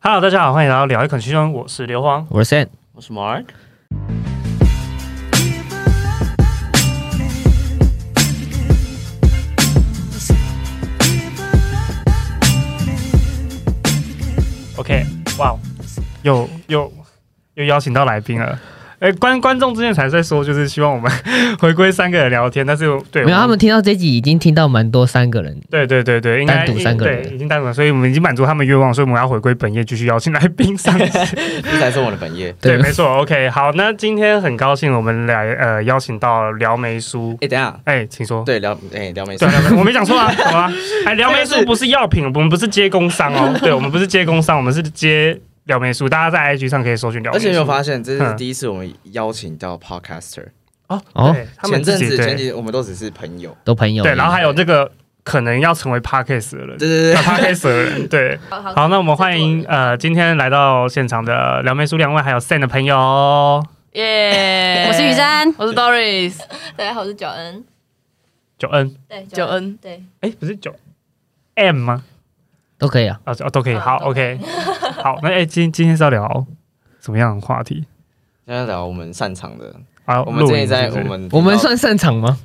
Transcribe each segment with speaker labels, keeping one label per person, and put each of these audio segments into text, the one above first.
Speaker 1: Hello，大家好，欢迎来到聊一口气中，我是刘荒。
Speaker 2: 我是 Sam，
Speaker 3: 我是 Mark，
Speaker 1: OK，哇，哦又又又邀请到来宾了。哎、观观众之前才在说，就是希望我们回归三个人聊天，但是对
Speaker 2: 没有
Speaker 1: 我
Speaker 2: 他们听到这集已经听到蛮多三个人，
Speaker 1: 对对对对，应该
Speaker 2: 单独三个人
Speaker 1: 对已经单独了，所以我们已经满足他们愿望，所以我们要回归本业，继续邀请来宾 上节目
Speaker 3: 这才是我的本业。
Speaker 1: 对，
Speaker 2: 对
Speaker 1: 没错。OK，好，那今天很高兴我们来呃邀请到撩梅叔，
Speaker 3: 哎，等一下，
Speaker 1: 哎、请说。
Speaker 3: 对，聊哎聊美术
Speaker 1: 对，，撩妹我没讲错啊，好吗？哎，撩梅
Speaker 3: 这个
Speaker 1: 叔
Speaker 3: 是
Speaker 1: 不是药品，我们不是接工商哦，对，我们不是接工商，我们是接撩梅叔，大家在 IG 上可以搜寻撩梅
Speaker 3: 而
Speaker 1: 叔。
Speaker 3: 且你有发现，这
Speaker 1: 嗯
Speaker 3: 是第一次我们邀请到 Podcaster，
Speaker 1: 哦
Speaker 2: 哦
Speaker 1: 对，他们
Speaker 3: 前阵
Speaker 1: 自己
Speaker 3: 子前
Speaker 1: 对
Speaker 3: 几我们都只是朋友，
Speaker 2: 都朋友。
Speaker 1: 对，然后还有这个可能要成为 Parkes 的人，
Speaker 3: 对对对，
Speaker 1: Parkes 的 人，对。好，那我们欢迎呃，今天来到现场的撩妹叔两位，还有 Sen 的朋友哦
Speaker 4: 耶！
Speaker 5: 我是雨，珊，
Speaker 4: 我是 Doris，
Speaker 5: 大家好，我是九恩，
Speaker 1: 九 N，
Speaker 5: 对，
Speaker 4: 九恩，
Speaker 5: 对，
Speaker 1: 哎，不是九 M 吗？
Speaker 2: 都可以啊。
Speaker 1: 啊，这哦都可以，
Speaker 5: 啊
Speaker 1: 好
Speaker 5: 都可
Speaker 1: ，OK，好，那哎、今今天是要聊什么样的话题？
Speaker 3: 现在聊我们擅长的，
Speaker 1: 啊，
Speaker 3: 我们之
Speaker 1: 录
Speaker 3: 前
Speaker 1: 影是
Speaker 3: 在
Speaker 1: 不
Speaker 3: 我
Speaker 1: 是
Speaker 3: 们
Speaker 2: 我们算擅长吗？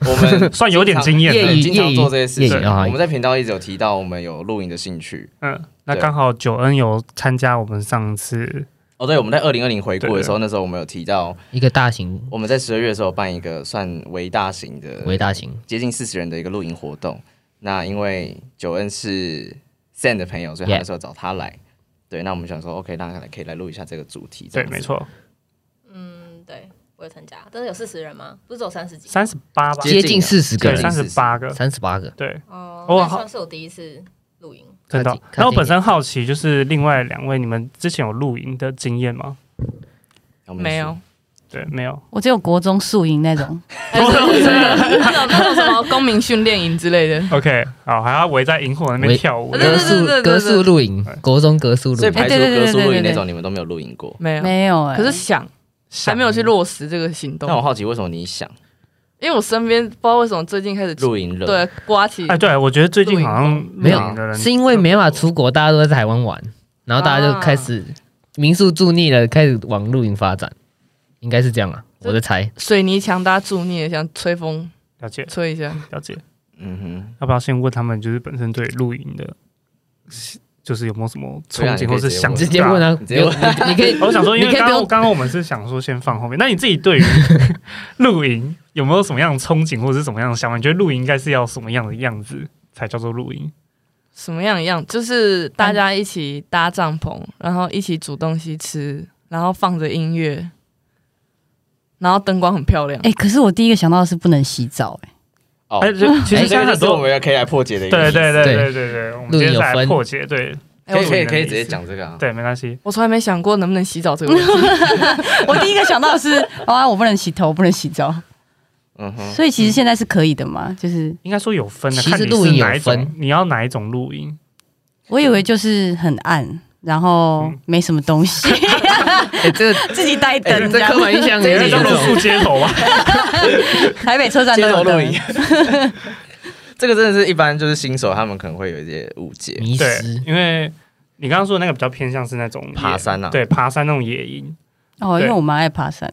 Speaker 3: 我 们
Speaker 1: 算有点经验
Speaker 2: 业
Speaker 1: 的，
Speaker 2: 余
Speaker 3: 经常做这些事
Speaker 2: 业
Speaker 3: 情
Speaker 2: 余啊，
Speaker 3: 我们在频道一直有提到我们有录影的兴趣。
Speaker 1: 嗯，那
Speaker 3: 对
Speaker 1: 刚好九恩有参加我们上次，
Speaker 3: 哦，对，我们在二零二零回顾的时候，那时候我们有提到，
Speaker 2: 一个大型、
Speaker 3: 我们在十二月的时候办一个算微大型的
Speaker 2: 为大型，
Speaker 3: 接近四十人的一个露营活动。那因为九恩是 Sam 的朋友，所以他
Speaker 2: Yeah
Speaker 3: 那时候找他来。对，那我们想说，OK，那可以来录一下这个主题。这
Speaker 1: 对，
Speaker 3: 样子
Speaker 1: 没。错，
Speaker 5: 嗯，对，我有参加，但是有四十人吗？不是只有三十几？
Speaker 1: 三十八吧，
Speaker 3: 接
Speaker 2: 接
Speaker 3: 近
Speaker 2: 近
Speaker 3: 啊
Speaker 2: 四十个
Speaker 1: 对，
Speaker 3: 接
Speaker 1: 三
Speaker 3: 近
Speaker 2: 人，
Speaker 1: 十八个，
Speaker 2: 三十八个。
Speaker 1: 对，
Speaker 5: 哦，
Speaker 1: 哦
Speaker 5: 那
Speaker 1: 好
Speaker 5: 算是我第一次露营，
Speaker 1: 真的
Speaker 2: 靠近。
Speaker 1: 那我
Speaker 2: 靠近
Speaker 1: 本
Speaker 2: 一点
Speaker 1: 身好奇，就是另外两位，你们之前有露营的经验吗？
Speaker 3: 那我们
Speaker 4: 没有，
Speaker 1: 对，没有，
Speaker 6: 我只有国中宿营那种，
Speaker 4: 那种那种什么公民训练营之类的。
Speaker 1: OK，好，还要围在萤火那边
Speaker 2: 围
Speaker 1: 跳舞
Speaker 4: 对
Speaker 1: 的，
Speaker 2: 格
Speaker 4: 对对
Speaker 2: 数
Speaker 4: 对对对
Speaker 2: 格数露营
Speaker 1: 对，
Speaker 2: 国中格数露
Speaker 3: 是，所以
Speaker 2: 营，
Speaker 3: 排除
Speaker 6: 哎对对对
Speaker 3: 歌
Speaker 6: 对
Speaker 3: 数露营那
Speaker 6: 对
Speaker 3: 种，你们都没有露营过。
Speaker 4: 没有，
Speaker 6: 没有哎、
Speaker 4: 可是想哦还没有去落实这个行动
Speaker 3: 那，我好奇，为什么你想
Speaker 4: 因为我身边不知道为什么最近开始
Speaker 3: 露营热？，
Speaker 4: 对刮起
Speaker 1: 哎，对，我觉得最近
Speaker 4: 露营
Speaker 1: 好像
Speaker 2: 没有
Speaker 1: 露营的人
Speaker 2: 是因为没办法出国，大家都在台湾玩，然后大家就开始民宿住腻了，开始往露营发展，应该是这样啊，我的猜。
Speaker 4: 水泥墙，大家助念，想吹风
Speaker 1: 了解
Speaker 4: 吹一下。
Speaker 1: 了解，
Speaker 3: 嗯哼，
Speaker 1: 要不要先问他们，就是本身对露营的，就是有没有什么憧
Speaker 3: 对啊
Speaker 1: 憬
Speaker 3: 你可以
Speaker 1: 或是想
Speaker 2: 直接问
Speaker 1: 啊？
Speaker 2: 啊，
Speaker 3: 你
Speaker 2: 不
Speaker 3: 直接
Speaker 2: 用
Speaker 3: 问
Speaker 2: 你你可以，
Speaker 1: 我想说，因为
Speaker 2: 你可以
Speaker 1: 刚
Speaker 2: 不
Speaker 1: 刚
Speaker 2: 用
Speaker 1: 刚刚我们是想说先放后面，那你自己 对于露营有没有什么样的憧憬或者是什么样的想法？你觉得露营应该是要什么样的样子才叫做露营？
Speaker 4: 什么样一样？就是大家一起搭帐篷，然后一起煮东西吃，然后放着音乐，然后灯光很漂亮。
Speaker 6: 哎、可是我第一个想到的是不能洗澡、哎，
Speaker 3: 哦，
Speaker 1: 哎，就其实
Speaker 3: 这
Speaker 1: 现在
Speaker 3: 个
Speaker 1: 很
Speaker 3: 是我
Speaker 1: 多。
Speaker 3: 们也可以来破解的一个
Speaker 1: 对
Speaker 3: 意思。
Speaker 1: 对对
Speaker 2: 对
Speaker 1: 对对对，我们今天是来破解，对
Speaker 3: 可以可以
Speaker 1: 哎我
Speaker 3: 可以直接讲这个啊。
Speaker 1: 对，没关系。
Speaker 4: 我从来没想过能不能洗澡这个问 题。
Speaker 6: 我第一个想到的 是啊，我不能洗头，不能洗澡，
Speaker 3: 嗯哼，
Speaker 6: 所以其实现在是可以的嘛，就是
Speaker 1: 应该说有分的，
Speaker 2: 其实
Speaker 1: 看你
Speaker 2: 露
Speaker 1: 是
Speaker 2: 营有
Speaker 1: 哪一种
Speaker 2: 分，
Speaker 1: 你要哪一种露营？
Speaker 6: 我以为就是很暗，然后
Speaker 1: 嗯
Speaker 6: 没什么东西，
Speaker 2: 哎 这个
Speaker 6: 自己待
Speaker 2: 哎
Speaker 6: 灯
Speaker 2: 这
Speaker 6: 这样
Speaker 2: 刻。板印象有
Speaker 1: 那
Speaker 2: 点
Speaker 1: 叫露宿街头啊吧？
Speaker 6: 台北车站都
Speaker 3: 街头
Speaker 6: 有
Speaker 3: 露
Speaker 6: 灯
Speaker 3: 营，， 这个真的是一般就是新手他们可能会有一些误解。
Speaker 2: 迷
Speaker 1: 对
Speaker 2: 失，，
Speaker 1: 因为你刚刚说的那个比较偏向是那种野
Speaker 3: 爬山啊
Speaker 1: 对，爬山那种野营。
Speaker 6: 哦，因为我蛮爱爬山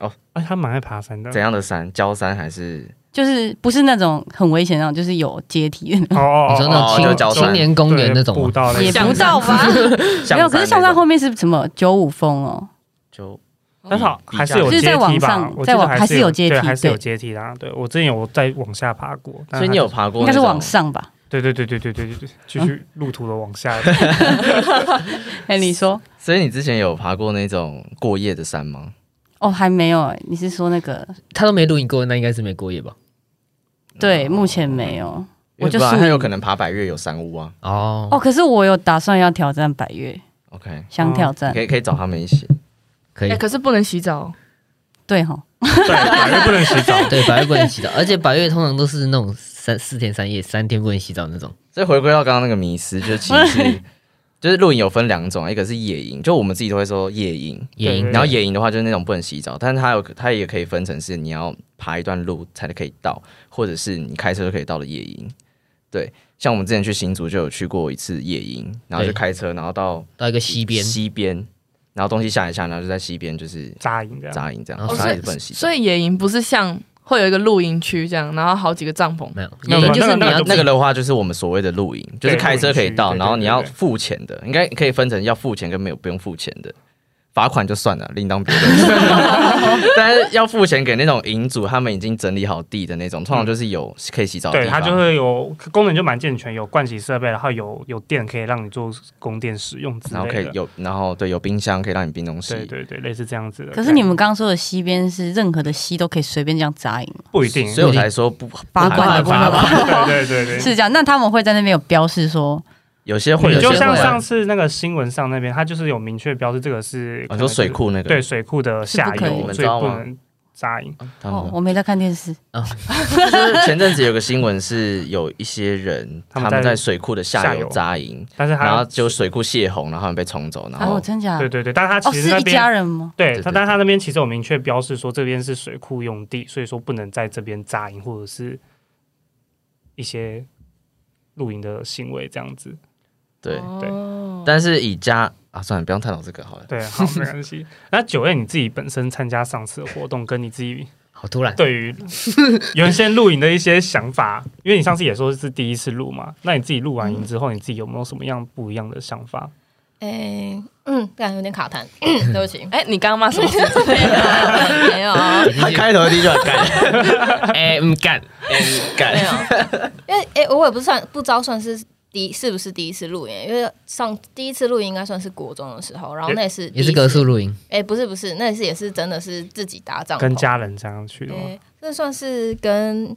Speaker 6: 的，
Speaker 1: 哎，他蛮爱爬山的
Speaker 3: 怎。样的山？焦山还是
Speaker 6: 就是不是那种很危险那种，就是有阶梯的那种。
Speaker 1: 哦哦
Speaker 2: 你说
Speaker 3: 哦就
Speaker 2: 那
Speaker 3: 脚
Speaker 2: 种青
Speaker 3: 踏
Speaker 2: 青年公园那种
Speaker 1: 步
Speaker 2: 吗，
Speaker 1: 道类
Speaker 6: 也
Speaker 1: 似
Speaker 6: 不到吧，没有。可是
Speaker 3: 象
Speaker 6: 象
Speaker 3: 山
Speaker 6: 山后面是什么九五峰哦，
Speaker 3: 就嗯
Speaker 1: 但是好
Speaker 3: 比
Speaker 1: 还是有
Speaker 6: 就是
Speaker 1: 阶
Speaker 6: 在
Speaker 1: 梯
Speaker 6: 往
Speaker 1: 吧
Speaker 6: 上？
Speaker 1: 我记
Speaker 6: 在
Speaker 1: 得
Speaker 6: 往
Speaker 1: 还
Speaker 6: 还是有阶
Speaker 1: 对
Speaker 6: 梯
Speaker 1: 还是有
Speaker 6: 对
Speaker 1: 阶梯的啊。对我之前有在往下爬过，但
Speaker 3: 所以
Speaker 1: 它
Speaker 3: 你有爬过
Speaker 6: 应
Speaker 3: 那
Speaker 6: 该
Speaker 3: 种？
Speaker 6: 是往上吧？
Speaker 1: 对对对对对对对对，继
Speaker 3: 嗯
Speaker 1: 续路途的往下。
Speaker 6: 哎，你说
Speaker 3: 所以你之前有爬过那种过夜的山吗？
Speaker 6: 哦，还没有哎，你是说那个？
Speaker 2: 他都没露营过，那应该是没过夜吧？
Speaker 3: 哦
Speaker 6: 对，目前没有。我
Speaker 3: 嗯因为不
Speaker 6: 就
Speaker 3: 然
Speaker 6: 宿
Speaker 3: 他
Speaker 6: 营
Speaker 3: 有可能爬百越有山屋啊。
Speaker 2: 哦
Speaker 6: 哦，可是我有打算要挑战百越，
Speaker 3: OK，
Speaker 6: 想挑战。
Speaker 3: 可以可以找他们一起。
Speaker 2: 可以
Speaker 4: 哎、，可是不能洗澡，
Speaker 6: 对哈，
Speaker 1: 对，反正不能洗澡。
Speaker 2: 对，百月不能洗澡， 而且百月通常都是那种三四天三夜，三天不能洗澡那种。
Speaker 3: 所以回归到刚刚那个迷思，就是其 实就是露营有分两种啊，一个是野营，就我们自己都会说野营。
Speaker 2: 野营
Speaker 1: 对
Speaker 3: 然后野营的话，就是那种不能洗澡，但是它有它也可以分成是你要爬一段路才可以到，或者是你开车就可以到的野营。对，像我们之前去新竹就有去过一次夜营，然后就
Speaker 2: 对
Speaker 3: 开车，然后到
Speaker 2: 到一个西边，
Speaker 3: 西边，然后东西下一下，然后就在西边就是
Speaker 1: 扎营这样。
Speaker 3: 扎营这
Speaker 2: 然
Speaker 3: 样，
Speaker 2: 后
Speaker 3: 扎
Speaker 4: 所
Speaker 3: 营不能
Speaker 4: 以
Speaker 3: 洗。
Speaker 4: 所以野营不是像会有一个露营区这样，然后好几个帐篷，
Speaker 2: 没有，
Speaker 1: 没有
Speaker 2: 野营就
Speaker 1: 那个
Speaker 2: 是你
Speaker 1: 那个
Speaker 2: 要
Speaker 1: 就
Speaker 3: 那个的话，就是我们所谓的露营，就是开车可以
Speaker 1: 露
Speaker 3: 到，
Speaker 1: 营区
Speaker 3: 然后你要
Speaker 1: 对对对
Speaker 3: 付钱的，应该可以分成要付钱跟没有不用付钱的。罚款就算了，另当别论。但是要付钱给那种营主，他们已经整理好地的那种，通常就是有可以洗澡的
Speaker 1: 对，
Speaker 3: 地
Speaker 1: 它
Speaker 3: 方。
Speaker 1: 就会有功能就蛮健全，有盥洗设备，然后有有电可以让你做供电使用之
Speaker 3: 然后可
Speaker 1: 类
Speaker 3: 以
Speaker 1: 的。
Speaker 3: 有，然后对有冰箱可以让你冰东西。
Speaker 1: 对对对，类似这样子的概念。
Speaker 6: 可是你们刚刚说的西边是任何的溪都可以随便这样扎营吗，
Speaker 1: 不一定，
Speaker 3: 所以我才说不
Speaker 6: 罚
Speaker 3: 不
Speaker 6: 款
Speaker 3: 含
Speaker 6: 的
Speaker 2: 的
Speaker 6: 部
Speaker 2: 部
Speaker 6: 分
Speaker 2: 分
Speaker 6: 吧？
Speaker 1: 对对对对，
Speaker 6: 是这样，那他们会在那边有标示说，
Speaker 3: 有些会，
Speaker 2: 你
Speaker 3: 有些
Speaker 1: 就
Speaker 3: 会
Speaker 1: 像
Speaker 3: 啊
Speaker 1: 上次那个新闻上那边，它就是有明确标志，这个是
Speaker 3: 哦你说水库那个，
Speaker 1: 对水库的下
Speaker 6: 是不可以
Speaker 1: 游，所
Speaker 3: 你
Speaker 1: 以
Speaker 3: 知道
Speaker 1: 不
Speaker 3: 吗
Speaker 1: 能扎营。
Speaker 3: 他们
Speaker 6: 哦，我没在看电视，
Speaker 3: 就是前阵子有个新闻是有一些人
Speaker 1: 他
Speaker 3: 他
Speaker 1: 们在
Speaker 3: 们在水库的下
Speaker 1: 下游
Speaker 3: 游扎营，
Speaker 1: 但是
Speaker 3: 然
Speaker 1: 它
Speaker 3: 后就水库泄洪，然后他们被冲走，然后
Speaker 6: 哦，真假？
Speaker 1: 对对对，但它
Speaker 6: 哦，
Speaker 1: 其实
Speaker 6: 是
Speaker 1: 那
Speaker 6: 一
Speaker 1: 边
Speaker 6: 家人吗？
Speaker 1: 对
Speaker 3: 对
Speaker 1: 它，
Speaker 3: 对
Speaker 1: 但它那边其实有明确标示说这边是水库用地，所以说不能在这边扎营或者是一些露营的行为这样 子。
Speaker 3: 对，
Speaker 1: 对
Speaker 4: 哦。
Speaker 3: 但是以家啊，算了，不用探讨这个好了。
Speaker 1: 对，好，没关系。那九月你自己本身参加上次的活动，跟你自己
Speaker 2: 好突然，
Speaker 1: 对于原先露营的一些想法， 因为你上次也说是第一次录嘛，那你自己录完营之后，你自己有没有什么样不一样的想法？
Speaker 5: 哎，嗯，感觉有点卡 痰，对不起
Speaker 4: 哎，你刚刚骂 什么？
Speaker 5: 没有，
Speaker 3: 他开头的第一句话 干
Speaker 2: 哎，嗯干，
Speaker 5: 没
Speaker 3: 干，
Speaker 5: 有， 因为哎，我也不算不知道算是第一是不是第一次露营，因为上第一次露营应该算是国中的时候，然后那也是
Speaker 2: 也是
Speaker 5: 格
Speaker 2: 格数露营，
Speaker 5: 哎，不是不是，那也是也是真的是自己搭帐篷
Speaker 1: 跟家哦人这样去的吗？
Speaker 5: 对，这算是跟。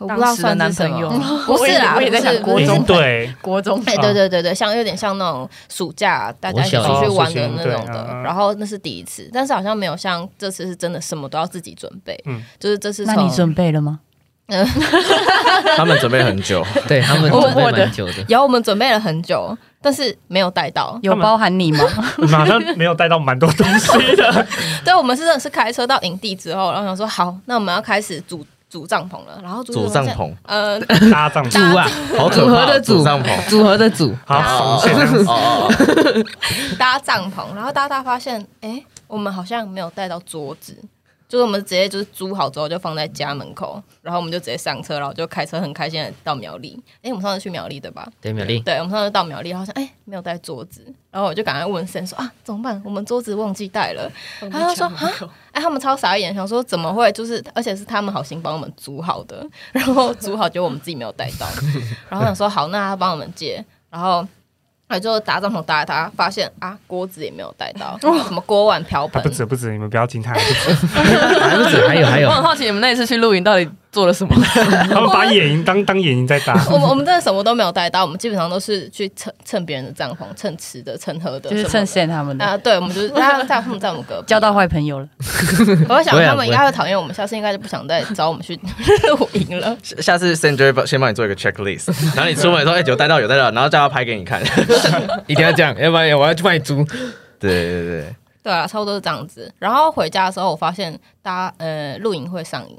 Speaker 5: 我不知
Speaker 4: 当
Speaker 5: 道
Speaker 4: 时的
Speaker 5: 算
Speaker 4: 男
Speaker 5: 是什
Speaker 4: 朋友
Speaker 5: 么， 不是啦，
Speaker 6: 我也我也在
Speaker 5: 不是
Speaker 6: 想国
Speaker 5: 不是
Speaker 6: 中 啊
Speaker 1: 对，
Speaker 6: 国中
Speaker 5: 哎、对对对对，像有点像那种暑假大家一起
Speaker 2: 我小
Speaker 5: 出去
Speaker 1: 哦
Speaker 5: 玩的
Speaker 1: 暑期
Speaker 5: 那
Speaker 1: 对
Speaker 5: 种的，
Speaker 6: 啊
Speaker 1: 嗯嗯
Speaker 5: 然后那是第一次，但是好像没有像这次是真的什么都要自己准备，
Speaker 1: 嗯
Speaker 5: 就是这次
Speaker 6: 那
Speaker 5: 从
Speaker 6: 你准备了吗？
Speaker 3: 他们准备很久，
Speaker 2: 对他们
Speaker 5: 默
Speaker 2: 准备
Speaker 5: 默地
Speaker 2: 蛮久的，
Speaker 5: 有我们准备了很久，但是没有带到，
Speaker 6: 有包含 你吗？
Speaker 1: 马上没有带到蛮多东西的，
Speaker 5: 对，我们是真的是开车到营地之后，然后想说好，那我们要开始组组帐篷了，然后
Speaker 3: 组帐，篷，
Speaker 5: 呃，
Speaker 1: 搭帐
Speaker 2: 组
Speaker 1: 篷。
Speaker 2: 啊，
Speaker 3: 好可
Speaker 2: 组合
Speaker 3: 怕哦，
Speaker 2: 的组
Speaker 3: 组帐篷。
Speaker 2: 组合的组，
Speaker 1: 好，
Speaker 3: 哦
Speaker 1: 缝线这样子
Speaker 3: 哦哦，
Speaker 5: 搭帐篷，然后大家发现，哎、我们好像没有带到桌子，就是我们直接就是租好之后就放在家门口，然后我们就直接上车，然后就开车很开心的到苗栗。哎、我们上次去苗栗对吧？
Speaker 2: 对，秒令，
Speaker 5: 对，我们上次到苗栗，然后想，哎、没有带桌子，然后我就赶快问森说啊，怎么办？我们桌子忘记带了。然后他说啊，哎、他们超傻眼，想说怎么会？就是而且是他们好心帮我们租好的，然后租好结果我们自己没有带到， 然后想说好，那他帮我们借，然后。哎，就搭帐篷搭一搭，发现啊，锅子也没有带 到，什么锅碗瓢
Speaker 1: 啊
Speaker 5: 盆
Speaker 1: 不，止不止，你们不要惊叹，不止
Speaker 2: 还不止，还有还
Speaker 4: 我
Speaker 2: 有，
Speaker 4: 很好奇你们那一次去露营到底做了什么？
Speaker 1: 他们把野营当当野营在搭。
Speaker 5: 我们我们真的什么都没有带到，我们基本上都是去蹭蹭别人的帐篷，蹭吃的，蹭喝的什么的，
Speaker 6: 就是趁现他们的
Speaker 5: 啊，对，我们就是他他他们在我们隔壁，
Speaker 6: 交到坏朋友 了，
Speaker 5: 我在想
Speaker 2: 不会啊
Speaker 5: 他们应该
Speaker 2: 不
Speaker 5: 会讨厌我们，下次应该就不想再找我们去露 营了。
Speaker 3: 下下次 Sam 就会帮先帮你做一个 checklist，然 后你出门说哎有带到有带到，然后叫他拍给你看。
Speaker 2: 一定要这样，要不然我要去帮你租，
Speaker 3: 对对对，
Speaker 5: 对啊，差不多是这样子。然后回家的时候，我发现大家呃露营会上瘾，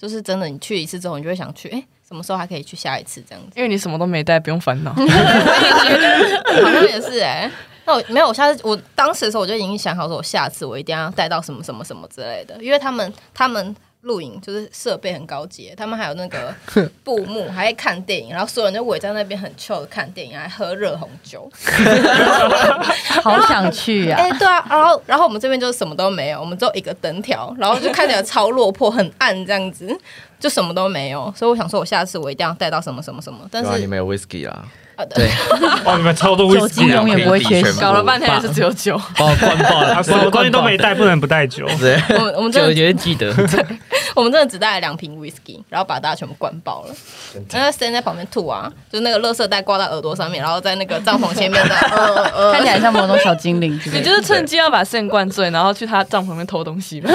Speaker 5: 就是真的，你去一次之后，你就会想去，哎、什么时候还可以去下一次这 样子？
Speaker 4: 因为你什么都没带，不 用烦恼。
Speaker 5: 好像也是哎、那我没有，我下次我当时的时候我就已经想好，说我下次我一定要带到什么什么什么之类的，因为他们他们露营就是设备很高级，他们还有那 个布幕，还会看电影，然后所有人就围在那边很 chill 的看电影，还喝热红酒。
Speaker 6: 好想去呀、
Speaker 5: 哎、对啊，然后然后我们这边就是什么都没有，我们只有一个灯条，然后就看起来超落魄，很暗这样子，就什么都没有。所以我想说，我下次我一定要带到什么什么什么，但
Speaker 3: 对
Speaker 5: 是
Speaker 3: 啊，你 们有 whisky 啦，
Speaker 5: 啊对，
Speaker 1: 哦哇，你们超多
Speaker 6: 酒
Speaker 1: whisky，
Speaker 6: 精永 远不会缺
Speaker 3: 全
Speaker 6: 席
Speaker 3: 部。
Speaker 4: 搞了半天还是只有酒，
Speaker 2: 把我灌爆
Speaker 1: 啊
Speaker 2: 了，
Speaker 1: 什么东西都没带，不能不带酒。
Speaker 3: 对，
Speaker 5: 我们我们
Speaker 2: 就
Speaker 5: 真
Speaker 2: 我
Speaker 5: 的
Speaker 2: 觉得记得，
Speaker 5: 我们真的只带了两瓶 whisky，然后把大家全部灌爆了。然后 Stan 在旁边吐啊，就那个垃圾袋挂到耳朵上面，然后在那个帐篷前面 的，呃呃
Speaker 6: 看起来像某种小精灵之类
Speaker 4: 你
Speaker 6: 的
Speaker 4: 就。是趁机要把肾灌醉，然后去他帐篷里面偷东西吧。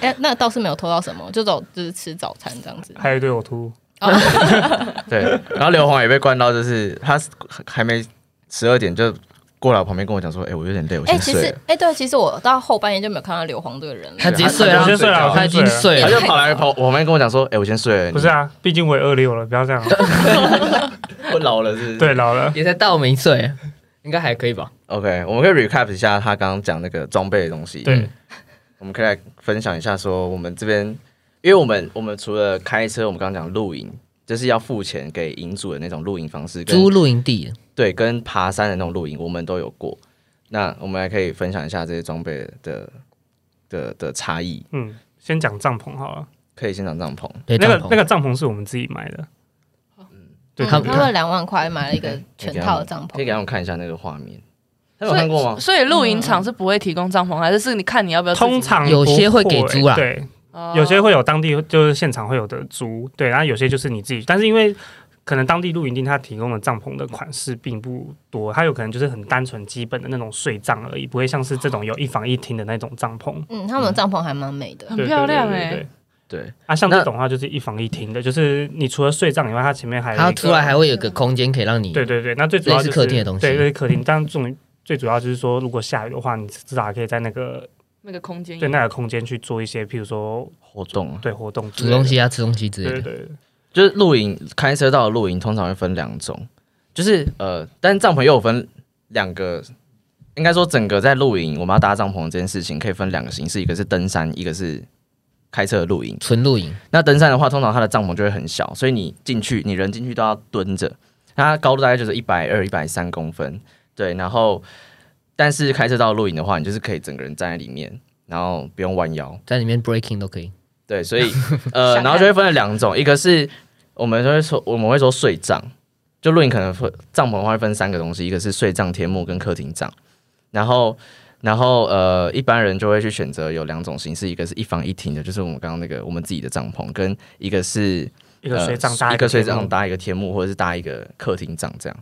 Speaker 5: 哎、那倒是没有偷到什么，就走就是吃早餐这样子。
Speaker 1: 还有一堆呕吐，
Speaker 3: 对，然后刘皇也被灌到，就是他还没十二点就过来我旁边跟我讲说，哎、我有点累，我
Speaker 5: 哎、
Speaker 3: 先
Speaker 5: 其
Speaker 3: 睡
Speaker 5: 实
Speaker 3: 了。
Speaker 5: 哎、对，其实我到后半夜就没有看到硫磺这个人了。
Speaker 2: 他直接睡了
Speaker 1: 我先睡啊了，我
Speaker 2: 他已
Speaker 1: 先睡
Speaker 2: 经
Speaker 1: 了。
Speaker 2: 睡
Speaker 3: 他
Speaker 2: 了，
Speaker 3: 就跑来跑我旁边跟我讲说，哎、我先睡了。
Speaker 1: 不是啊，毕竟我也二六了，不要这样。
Speaker 3: 你，我老了是不是？
Speaker 1: 对，老了。
Speaker 2: 也才到没睡，啊应该还可以吧？
Speaker 3: OK，我们可以 recap 一下他刚刚讲那个装备的东西。
Speaker 1: 对，
Speaker 3: 我们可以来分享一下，说我们这边，因为我们我们除了开车，我们刚刚讲露营，就是要付钱给营主的那种露营方式，跟
Speaker 2: 租露营地，
Speaker 3: 对跟爬山的那种露营，我们都有过。那我们还可以分享一下这些装备的的的差异，
Speaker 1: 嗯，先讲帐篷好了。
Speaker 3: 可以先讲帐篷，
Speaker 2: 对，
Speaker 1: 那
Speaker 2: 帐
Speaker 1: 个
Speaker 2: 篷嗯
Speaker 1: 那个帐篷是我们自己买的。对，
Speaker 5: 嗯他
Speaker 1: 对
Speaker 5: 们
Speaker 1: 对
Speaker 5: 花了两万块买了一个全套的帐
Speaker 3: 可以给
Speaker 5: 篷，
Speaker 3: 他们看一下那个画面。他们有
Speaker 4: 所
Speaker 3: 看过吗
Speaker 4: 以，？ 所以露营场是不会提供帐篷，还是是你看你要不要自己买？
Speaker 1: 通常
Speaker 2: 有些
Speaker 1: 不会欸
Speaker 2: 会给租啦
Speaker 1: 对，
Speaker 4: 哦
Speaker 1: 有些会有当地就是现场会有的租，对，然后有些就是你自己，但是因为可能当地露营地它提供的帐篷的款式并不多，它有可能就是很单纯基本的那种睡帐而已，不会像是这种有一房一厅的那种帐篷，
Speaker 5: 嗯，他们的帐篷还蛮美的。
Speaker 4: 很
Speaker 1: 对
Speaker 4: 漂亮
Speaker 1: 对
Speaker 4: 哎
Speaker 1: 对对对
Speaker 3: 对，
Speaker 1: 啊，像
Speaker 3: 那
Speaker 1: 这种的话就是一房一厅的，就是你除了睡帐以外，它前面还有
Speaker 2: 它
Speaker 1: 一个
Speaker 2: 出来还会有个空间可以让你
Speaker 1: 对对对，那最主要就是
Speaker 2: 类似客厅的东西
Speaker 1: 对，类似客厅。但最最主要就是说，如果下雨的话，你至少还可以在那个
Speaker 4: 那个空间
Speaker 1: 对那个空间去做一些，譬如说
Speaker 3: 活动啊，
Speaker 1: 对活动之
Speaker 2: 煮
Speaker 1: 类的
Speaker 2: 东。西啊、吃东西之
Speaker 1: 对
Speaker 2: 类
Speaker 1: 对
Speaker 2: 的。
Speaker 1: 对，
Speaker 3: 就是露营开车到的露营通常会分两种，就是呃，但帐篷又有分两个，应该说整个在露营我们要搭帐篷这件事情可以分两个形式，一个是登山，一个是开车的露营。
Speaker 2: 纯露营，
Speaker 3: 那登山的话，通常它的帐篷就会很小，所以你进去，你人进去都要蹲着，它高度大概就是一百二、一百三公分，对。然后，但是开车到露营的话，你就是可以整个人站在里面，然后不用弯腰，
Speaker 2: 在里面 breaking 都可以。
Speaker 3: 对，所 以呃，
Speaker 5: 想
Speaker 3: 然后就会分了两种，一个是我们就会说我们会说睡帐，就露营可能分帐篷的话会分三个东西，一个是睡帐、天幕跟客厅帐，然后然后呃，一般人就会去选择有两种形式，一个是一房一厅的，就是我们刚刚那个我们自己的帐篷，跟一个是
Speaker 1: 一个睡帐搭
Speaker 3: 呃、一个睡帐
Speaker 1: 天幕
Speaker 3: 搭一个天幕，或者是搭一个客厅帐 这样。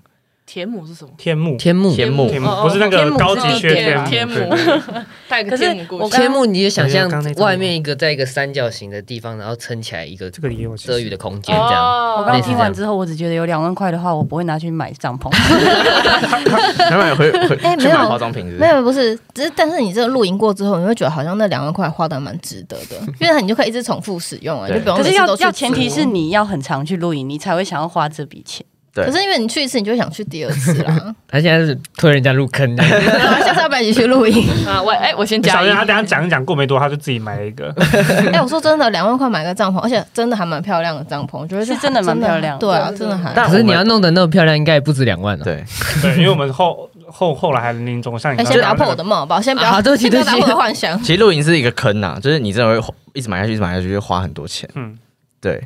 Speaker 4: 田母是什么？
Speaker 1: 天幕，
Speaker 2: 天幕，
Speaker 3: 天幕
Speaker 1: 天幕
Speaker 4: 哦哦
Speaker 1: 不是那
Speaker 6: 天
Speaker 1: 个
Speaker 6: 幕
Speaker 1: 高
Speaker 6: 是
Speaker 1: 级
Speaker 6: 地
Speaker 1: 靴
Speaker 6: 垫啊
Speaker 1: 天幕，
Speaker 4: 天幕
Speaker 1: 对对对
Speaker 4: 带个
Speaker 6: 可是
Speaker 4: 天母过
Speaker 6: 我
Speaker 4: 去。
Speaker 6: 刚
Speaker 2: 天幕，你就想
Speaker 1: 哎呀刚才
Speaker 2: 象
Speaker 1: 怎么
Speaker 2: 外面一个在一个三角形的地方，然后撑起来一个
Speaker 1: 这个也有
Speaker 2: 遮雨的空间，这样。
Speaker 6: 我
Speaker 4: 哦
Speaker 6: 刚
Speaker 2: 类似
Speaker 6: 听
Speaker 2: 这
Speaker 6: 完
Speaker 2: 样
Speaker 6: 之后，我只觉得有两万块的话，我不会拿去买帐篷。
Speaker 3: 然后回回
Speaker 5: 哎
Speaker 3: 去
Speaker 5: 没有
Speaker 3: 买化妆品是不
Speaker 5: 没
Speaker 3: 是？
Speaker 5: 有，不是，只是但是你这个露营过之后，你会觉得好像那两万块花的蛮值得的，因为你就可以一直重复使用啊，
Speaker 3: 对
Speaker 5: 就不用
Speaker 6: 可
Speaker 5: 每
Speaker 6: 是
Speaker 5: 次
Speaker 6: 要
Speaker 5: 都去
Speaker 6: 要前提
Speaker 5: 租
Speaker 6: 是，你要很常去露营，你才会想要花这笔钱。
Speaker 3: 对
Speaker 5: 可是因为你去一次，你就会想去第二次啦，
Speaker 2: 他现在是推人家入坑的，
Speaker 5: 然后下次要不要一起去露营？
Speaker 4: 啊，喂，哎，我先加
Speaker 1: 小
Speaker 4: 一
Speaker 1: 燕，他等一下讲一讲，过没多久他就自己买了一个，
Speaker 5: 哎、我说真的，两万块买个帐篷，而且真的还蛮漂亮的帐篷，我觉得
Speaker 6: 是真的蛮漂亮的
Speaker 5: 对啊，真的还。
Speaker 3: 但
Speaker 2: 可是你要弄得那么漂亮，应该也不止两万了。
Speaker 3: 对，
Speaker 1: 对，因为我们后后后来还临终，像你
Speaker 5: 哎、
Speaker 1: 刚
Speaker 5: 先
Speaker 1: 刚讲
Speaker 5: 打破我
Speaker 1: 那
Speaker 5: 的
Speaker 1: 个，
Speaker 5: 梦好不好？先不要，
Speaker 2: 啊对不起
Speaker 5: 先不要
Speaker 2: 对
Speaker 5: 打
Speaker 2: 不起
Speaker 5: 破我的幻想。
Speaker 3: 其实露营是一个坑呐、就是你真的会花一直买下去，一直买下去，就花很多钱。
Speaker 1: 嗯，
Speaker 3: 对，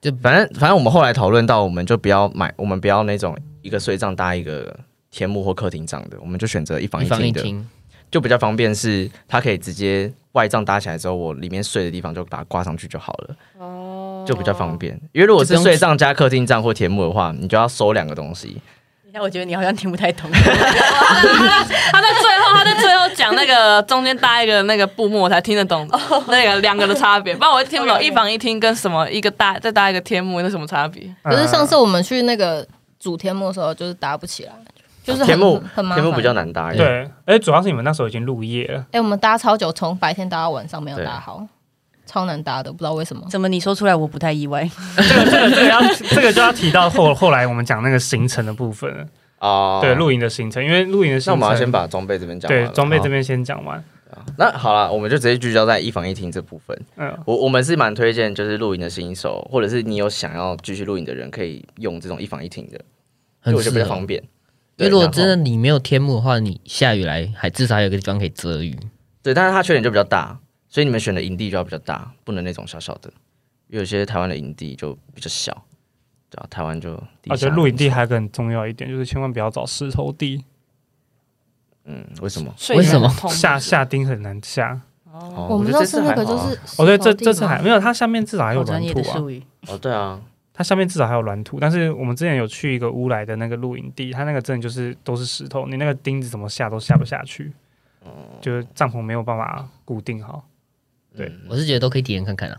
Speaker 2: 就
Speaker 3: 反正反正我们后来讨论到，我们就不要买，我们不要那种一个睡帐搭一个天幕或客厅帐的，我们就选择一房
Speaker 2: 一
Speaker 3: 一
Speaker 2: 房一
Speaker 3: 厅的，
Speaker 2: 厅，
Speaker 3: 就比较方便是，它可以直接外帐搭起来之后，我里面睡的地方就把它挂上去就好了，
Speaker 4: 哦
Speaker 3: 就比较方。便。因为如果是睡帐加客厅帐或天幕的话，你就要收两个东西。
Speaker 6: 那我觉得你好像听不太懂。
Speaker 4: 他在最后，他在最后讲那个中间搭一个那个布幕，我才听得懂那个两个的差别，不然我听不懂一房一厅跟什么一个搭再搭一个天幕那什么差别？
Speaker 5: 可是上
Speaker 1: 呃
Speaker 5: 次我们去那个主天幕的时候，就是搭不起来，就是很
Speaker 3: 啊天幕
Speaker 5: 很麻
Speaker 3: 天
Speaker 5: 烦。
Speaker 3: 幕比较。难搭一点，
Speaker 1: 对，而且主要是你们那时候已经入夜了，
Speaker 5: 哎、我们搭超久，从白天搭到晚上，没有
Speaker 3: 对啊
Speaker 5: 搭好，超难搭的，不知道为什么。
Speaker 6: 怎么你说出来我不太意外？
Speaker 1: 这个这个这个要这个就要提到后后来我们讲那个行程的部分了，
Speaker 3: 哦，
Speaker 1: 对，露营的行程，因为露营的行程，
Speaker 3: 那我们要先把装备这边讲完
Speaker 1: 对
Speaker 3: 了。
Speaker 1: 装备
Speaker 3: 好
Speaker 1: 这边先讲完，哦
Speaker 3: 那好了，我们就直接聚焦在一房一厅这部分。
Speaker 1: 嗯，
Speaker 3: 我我们是蛮推荐，就是露营的新手，或者是你有想要继续露营的人，可以用这种一房一厅的，
Speaker 2: 很
Speaker 3: 就我觉得比
Speaker 2: 适
Speaker 3: 较
Speaker 2: 合
Speaker 3: 方。便。
Speaker 2: 因
Speaker 3: 对
Speaker 2: 为如果
Speaker 3: 然后
Speaker 2: 真的你没有天幕的话，你下雨来还至少还有个地方可以遮雨。
Speaker 3: 对，但是它缺点就比较大，所以你们选的营地就要比较大，不能那种小小的。因为有些台湾的营地就比较小，对啊，台湾就地
Speaker 1: 而且
Speaker 3: 下
Speaker 1: 露营地还有一个很重要一点，就是千万不要找石头地，
Speaker 3: 嗯，为什么？
Speaker 4: 睡
Speaker 2: 为什么
Speaker 4: 得很痛
Speaker 1: 下下钉很难下。
Speaker 3: 哦
Speaker 5: 我们
Speaker 3: 觉得这
Speaker 5: 那次
Speaker 3: 次
Speaker 5: 那
Speaker 3: 还
Speaker 5: 个
Speaker 3: 好
Speaker 5: 就
Speaker 3: 啊
Speaker 5: 是，
Speaker 1: 哦，对，这这次还没有，它下面至少还有
Speaker 6: 好
Speaker 1: 软
Speaker 6: 专业
Speaker 1: 土
Speaker 6: 的
Speaker 1: 啊，
Speaker 6: 术语。
Speaker 3: 哦，对啊，
Speaker 1: 它下面至少还有软土。但是我们之前有去一个乌来的那个露营地，它那个真的就是都是石头，你那个钉子怎么下都下不下去，就是帐篷没有办法固定好。对
Speaker 3: 嗯
Speaker 2: 我是觉得都可以体验看看啊。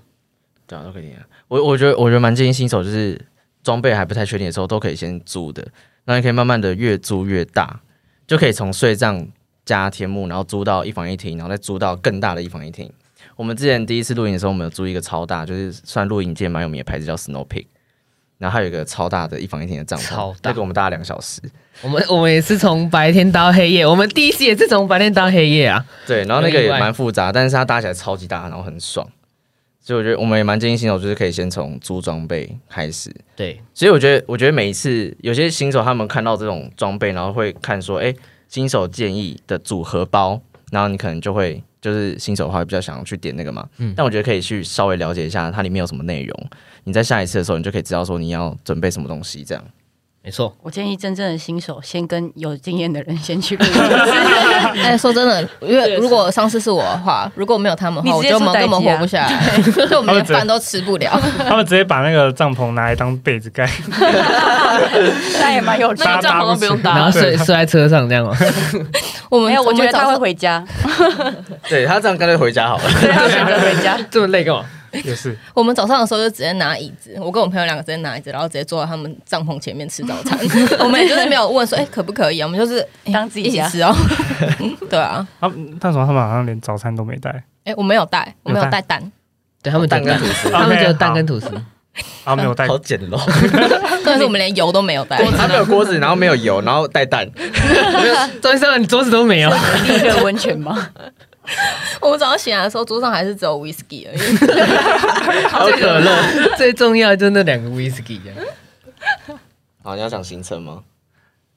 Speaker 3: 对啊，都可以啊。我我觉得我觉得蛮建议新手，就是装备还不太确定的时候，都可以先租的，那你可以慢慢的越租越大。就可以从睡帐加天幕，然后租到一房一厅，然后再租到更大的一房一厅。我们之前第一次露营的时候，我们有租一个超大，就是算露营界蛮有名的牌子叫 Snow Peak，然后还有一个超大的一房一厅的帐
Speaker 2: 超
Speaker 3: 篷，
Speaker 2: 大
Speaker 3: 那个我们搭了两个小时。
Speaker 2: 我们我们也是从白天到黑夜，我们第一次也是从白天到黑夜啊。
Speaker 3: 对，然后那个
Speaker 2: 有
Speaker 3: 也
Speaker 2: 意外
Speaker 3: 蛮复杂，但是它搭起来超级大，然后很爽。所以我觉得我们也蛮建议新手，就是可以先从租装备开始。
Speaker 2: 对，
Speaker 3: 所以我觉得，我觉得每一次有些新手他们看到这种装备，然后会看说，哎、新手建议的组合包，然后你可能就会就是新手的话比较想要去点那个嘛。但我觉得可以去稍微了解一下它里面有什么内容，你在下一次的时候你就可以知道说你要准备什么东西这样。
Speaker 2: 没错，
Speaker 6: 我建议真正的新手先跟有经验的人先去你
Speaker 5: 哎，说真的，因为如果上次是我的话，如果没有他们的话，
Speaker 6: 你
Speaker 5: 我
Speaker 6: 直
Speaker 5: 觉
Speaker 6: 接
Speaker 5: 得我们根
Speaker 6: 说
Speaker 5: 本
Speaker 6: 代驾啊
Speaker 5: 活不下来， 就我们连
Speaker 1: 他们直接
Speaker 5: 饭都吃不了。
Speaker 1: 他们直接把那个帐篷拿来当被子盖，
Speaker 6: 那也蛮有趣
Speaker 4: 那
Speaker 1: 搭
Speaker 4: 个
Speaker 6: 的。
Speaker 4: 帐篷都不用
Speaker 2: 然
Speaker 4: 搭
Speaker 2: 后，睡
Speaker 1: 对
Speaker 2: 睡在车上这样哦。
Speaker 5: 我们
Speaker 6: 没有，我觉得他会
Speaker 5: 回。
Speaker 6: 回 家，
Speaker 3: 对他这样干脆回家好了。
Speaker 6: 对，他选择回家。
Speaker 2: 这么累干嘛？
Speaker 1: 也是
Speaker 5: 我们早上的时候就直接拿椅子，我跟我朋友两个直接拿椅子，然后直接坐到他们帐篷前面吃早 餐。我们也就是没有问说，哎、可不可以啊？我们就是、哎
Speaker 6: 当自己
Speaker 5: 一起
Speaker 6: 家
Speaker 5: 吃哦。 对啊，
Speaker 1: 啊，但什么他们好像连早餐都没带，
Speaker 5: 哎、我没有带，我没有
Speaker 1: 有带
Speaker 5: 带蛋，
Speaker 2: 对他们
Speaker 3: 蛋
Speaker 2: 就
Speaker 3: 跟吐司
Speaker 2: 他们就蛋
Speaker 1: 好
Speaker 2: 跟吐司，
Speaker 1: 啊没有带
Speaker 3: 好简陋，
Speaker 5: 但是我们连油都没有带。
Speaker 3: 他没有锅子，然后没有油，然后带蛋。
Speaker 2: 周医生，你桌子都没有。
Speaker 6: 第一个温泉吗？
Speaker 5: 我们早上醒来的时候，桌上还是只有 whisky 而已。
Speaker 2: 好可乐， 最重要就那两个 whisky 啊这样。
Speaker 3: 好，你要讲行程吗？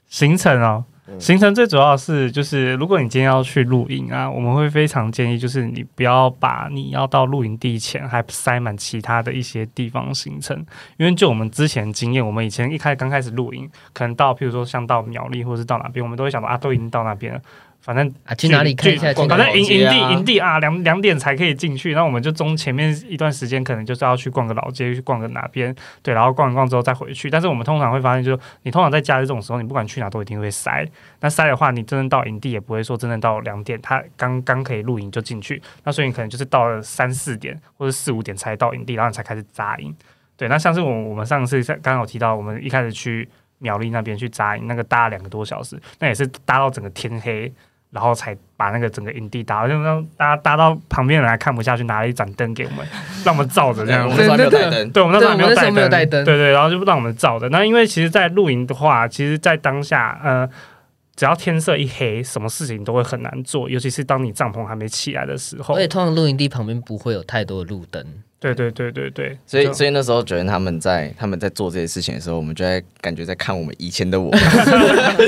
Speaker 1: 行程哦，行程最主要是就是，如果你今天要去露营啊，我们会非常建议就是你不要把你要到露营地前还塞满其他的一些地方行程，因为就我们之前经验，我们以前一开始刚开始露营，可能到譬如说像到苗栗或者是到哪边，我们都会想到啊，都已经到那边了。反正
Speaker 2: 啊去哪里看一下
Speaker 1: 距
Speaker 2: 去哪里
Speaker 1: 反正营营
Speaker 3: 逛个老街啊
Speaker 1: 地营地啊，两两点才可以进去。那我们就中前面一段时间，可能就是要去逛个老街，去逛个哪边，对，然后逛一逛之后再回去。但是我们通常会发现，就是你通常在假日这种时候，你不管去哪都一定会塞。那塞的话，你真正到营地也不会说真正到两点，他刚刚可以露营就进去。那所以你可能就是到了三四点或者四五点才到营地，然后你才开始扎营。对，那像是我我们上次在刚刚有提到，我们一开始去苗栗那边去扎营，那个搭了两个多小时，那也是搭到整个天黑，然后才把那个整个营地搭好，就让大家搭到旁边人还看不下去，拿了一盏灯给我们，让我们照着这样
Speaker 3: 我
Speaker 1: 子
Speaker 3: 们。那时候还没有带灯。
Speaker 1: 对，我们那时候还
Speaker 2: 对我们那时候
Speaker 1: 没
Speaker 2: 没有
Speaker 1: 有
Speaker 2: 带
Speaker 1: 带
Speaker 2: 灯
Speaker 1: 对对，然后就不让我们照的。那因为其实，在露营的话，其实，在当下，呃，只要天色一黑，什么事情都会很难做，尤其是当你帐篷还没起来的时候
Speaker 2: 而。且通常露营地旁边不会有太多的路灯，
Speaker 1: 对对对对对，
Speaker 3: 所以，
Speaker 1: 就
Speaker 3: 所以那时候觉得他们在他们在做这些事情的时候，我们就在感觉在看我们以前的我，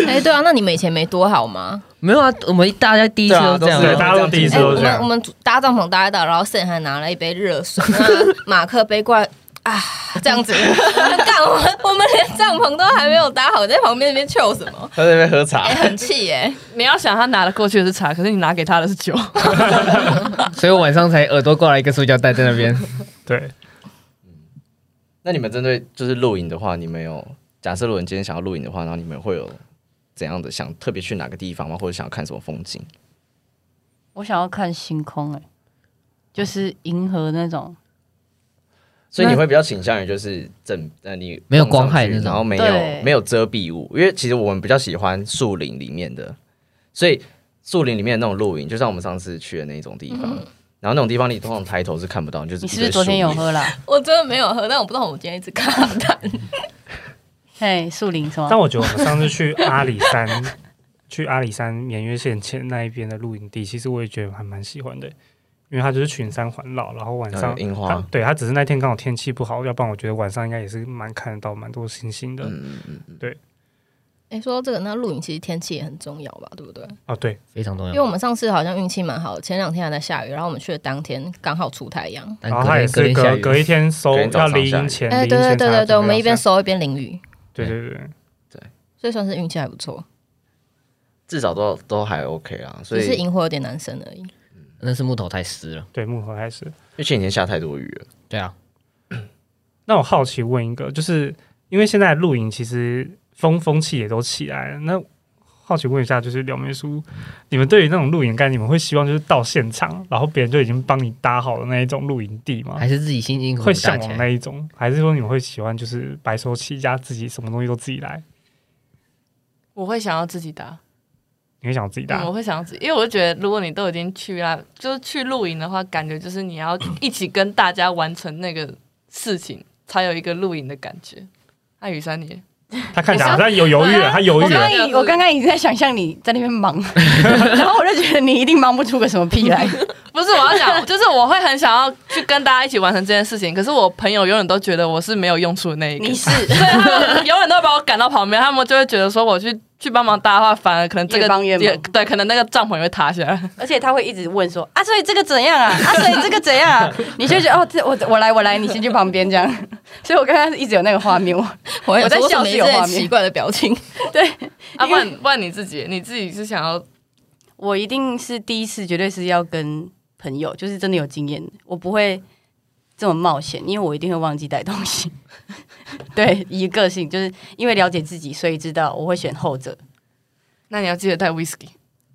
Speaker 5: 哎、对啊，那你们以前没多好吗？
Speaker 2: 没有啊，我们大家第一次都这样
Speaker 1: 对
Speaker 2: 啊，
Speaker 1: 大家都第一次
Speaker 5: 哎、我
Speaker 1: 都这
Speaker 5: 们我
Speaker 1: 样。
Speaker 5: 们搭帐篷搭一搭，然后 Sam 还拿了一杯热水，那马克杯过来啊，这 样子，干我们我们连帐篷都还没有搭好，在旁边那边 c 什么？
Speaker 3: 他在那边喝茶
Speaker 5: 哎、。很气耶、
Speaker 4: 你要想他拿的过去的是茶，可是你拿给他的是 酒，
Speaker 2: 所以我晚上才耳朵挂了一个塑胶袋在那边。
Speaker 1: 对，
Speaker 3: 那你们针对就是露营的话，你们有假设如果你今天想要露营的话，然后你们会有怎样的想特别去哪个地方吗？或者想要看什么风景？
Speaker 6: 我想要看星空，哎，就是银河那种，
Speaker 3: 所以你会比较倾向于就是正呃你
Speaker 2: 没有光害那种
Speaker 3: 然后没有
Speaker 6: 对
Speaker 3: 没有遮蔽物，因为其实我们比较喜欢树林里面的，所以树林里面的那种露营，就像我们上次去的那种地方。然后那种地方你通常抬头是看不到，就是
Speaker 6: 你是
Speaker 3: 一堆
Speaker 6: 不是昨天
Speaker 3: 树
Speaker 6: 有
Speaker 3: 叶
Speaker 6: 喝啦？
Speaker 5: 我真的没有喝，但我不知道我今天一直卡痰。
Speaker 6: 嘿，树林什
Speaker 1: 但
Speaker 6: 么？
Speaker 1: 我觉得我们上次去阿里山， 去阿里山绵约线前那一边的露营地，其实我也觉得还蛮喜欢的，因为它就是群山环绕，然后晚上
Speaker 3: 呃樱花
Speaker 1: 它对，它只是那天刚好天气不好，要不然我觉得晚上应该也是蛮看得到蛮多星星的。
Speaker 3: 嗯嗯嗯，
Speaker 5: 哎、说到这个，那露营其实天气也很重要吧，对不对？
Speaker 1: 哦，对，
Speaker 2: 非常重
Speaker 5: 因为
Speaker 2: 要。
Speaker 5: 我们上次好像运气蛮好的，前两天还在下雨，然后我们去的当天刚好出太阳。
Speaker 2: 但
Speaker 1: 然后
Speaker 2: 隔
Speaker 1: 哦它也
Speaker 2: 天隔
Speaker 1: 是
Speaker 2: 天下
Speaker 1: 隔
Speaker 2: 雨，
Speaker 1: 隔一天收
Speaker 3: 隔天早
Speaker 1: 要
Speaker 3: 上
Speaker 1: 离
Speaker 3: 下
Speaker 1: 营
Speaker 3: 雨
Speaker 1: 前，
Speaker 5: 哎、
Speaker 1: 离
Speaker 5: 对
Speaker 1: 营
Speaker 5: 对
Speaker 1: 前
Speaker 5: 对
Speaker 1: 才
Speaker 5: 对
Speaker 1: 要
Speaker 5: 对，我们一边
Speaker 1: 准备
Speaker 5: 收一边淋雨，
Speaker 1: 要下对对对，
Speaker 5: 所以算是运气还不错，
Speaker 3: 至少都都还 OK 啦。所
Speaker 5: 只是
Speaker 3: 以，
Speaker 5: 萤火有点难生而已。
Speaker 2: 那是木头太湿了。
Speaker 1: 对幕后开始。
Speaker 3: 而且以前下太多雨了，
Speaker 2: 对啊，
Speaker 1: 那我好奇问一个，就是因为现在露营其实风风气也都起来了，那好奇问一下，就是两面书，你们对于那种露营概念，你们会希望就是到现场，然后别人就已经帮你搭好的那一种露营地吗
Speaker 2: 还？是自己辛辛苦苦
Speaker 1: 会
Speaker 2: 搭
Speaker 1: 向
Speaker 2: 起
Speaker 1: 往
Speaker 2: 来。
Speaker 1: 那一种，还是说你们会喜欢就是白手起家，自己什么东西都自己来？
Speaker 4: 我会想要自己搭。
Speaker 1: 你会想要自己搭
Speaker 4: 嗯，我会想要自己，因为我就觉得，如果你都已经去啦，就是去露营的话，感觉就是 你要一起跟大家完成那个事情，才有一个露营的感觉。那、雨山你，
Speaker 1: 他看起来好像有犹豫了，他犹
Speaker 6: 我
Speaker 1: 豫
Speaker 6: 刚
Speaker 1: 了
Speaker 6: 刚。已我刚刚已经在想象你在那边忙，然后我就觉得你一定忙不出个什么屁来。
Speaker 4: 不是我要讲， 就是我会很想要去跟大家一起完成这件事情，可是我朋友永远都觉得我是没有用处的那一个，
Speaker 6: 你是
Speaker 4: 对他们永远都会把我赶到旁边，他们就会觉得说我去去帮忙搭的话，反而可能这
Speaker 6: 越
Speaker 4: 个
Speaker 6: 帮越忙
Speaker 4: 对，可能那个帐篷也会塌 下来。
Speaker 6: 而且他会一直问说啊，所以这个怎样啊？啊，所以这个怎样啊？ 你就觉得哦，这我我来我来，你先去旁边这样。 所以我刚刚一直有那个画面，我
Speaker 5: 我
Speaker 6: 我在笑是
Speaker 5: 一
Speaker 6: 有
Speaker 5: 些
Speaker 6: 画面
Speaker 5: 奇怪的表情，
Speaker 4: 啊，不然不然你自己，你自己是想要
Speaker 6: 我一定是第一次，绝对是要跟朋友，就是真的有经验的，我不会这么冒险，因为我一定会忘记带东西。 对，一个性就是因为了解自己，所以知道我会选后者。
Speaker 4: 那你要记得带 whisky。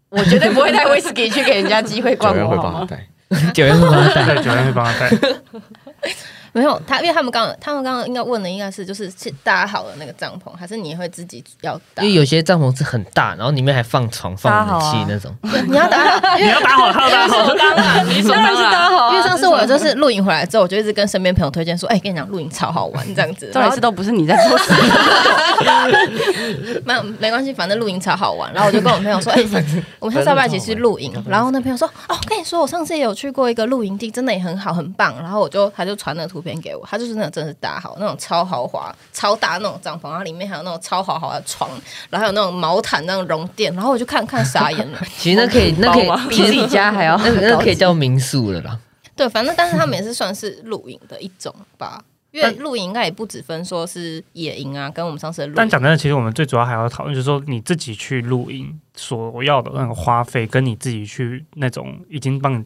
Speaker 6: 我绝对不会带威士忌去给人家机会
Speaker 3: 九
Speaker 6: 逛
Speaker 3: 月会
Speaker 6: 我，
Speaker 3: 帮
Speaker 6: 好
Speaker 3: 他
Speaker 6: 吗？
Speaker 3: 带，
Speaker 2: 九月会帮他带，
Speaker 1: 对，九人会帮他带。
Speaker 5: 没有他，因为他们刚刚他们刚刚应该问的应该是就是是搭好了那个帐篷，还是你会自己要搭？
Speaker 2: 因为有些帐篷是很大，然后里面还放床、放
Speaker 6: 搭
Speaker 2: 武
Speaker 6: 好
Speaker 2: 器
Speaker 6: 啊
Speaker 2: 那种。
Speaker 5: 你要搭好，因
Speaker 1: 你
Speaker 5: 为
Speaker 1: 要打好，他要打好。
Speaker 4: 当然，理所
Speaker 6: 当然是搭。好、啊，
Speaker 5: 因为上次我就是露营回来之后，我就一直跟身边朋友推荐说，哎、跟你讲露营超好玩这样子，
Speaker 6: 重
Speaker 5: 然
Speaker 6: 点
Speaker 5: 后
Speaker 6: 是都不是你在做事，
Speaker 5: 没有没关系，反正露营超好玩。然后我就跟我朋友 说，哎、我们下次要不要一起去露营？然后那朋友说，哦，我跟你说，我上次也有去过一个露营地，真的也很好，很棒。然后我就他就传了图片给我，他就是那种真的是搭好那种超豪华、超大那种帐篷，然后里面还有那种超豪华的床，然后还有那种毛毯那种绒垫。然后我就看看 傻眼了。
Speaker 2: 其实那可以，那 可以，
Speaker 6: 比
Speaker 2: 其实
Speaker 6: 自己家 还要
Speaker 2: 那那可以
Speaker 6: 叫
Speaker 2: 叫民宿了啦。
Speaker 5: 对，反正但是他们也是算是露营的一种吧。因为露营应该也不只分说是野营啊，跟我们上次的露
Speaker 1: 但
Speaker 5: 营
Speaker 1: 讲真的，其实我们最主要还要讨论，就是说你自己去露营所要的那个花费，跟你自己去那种已经帮你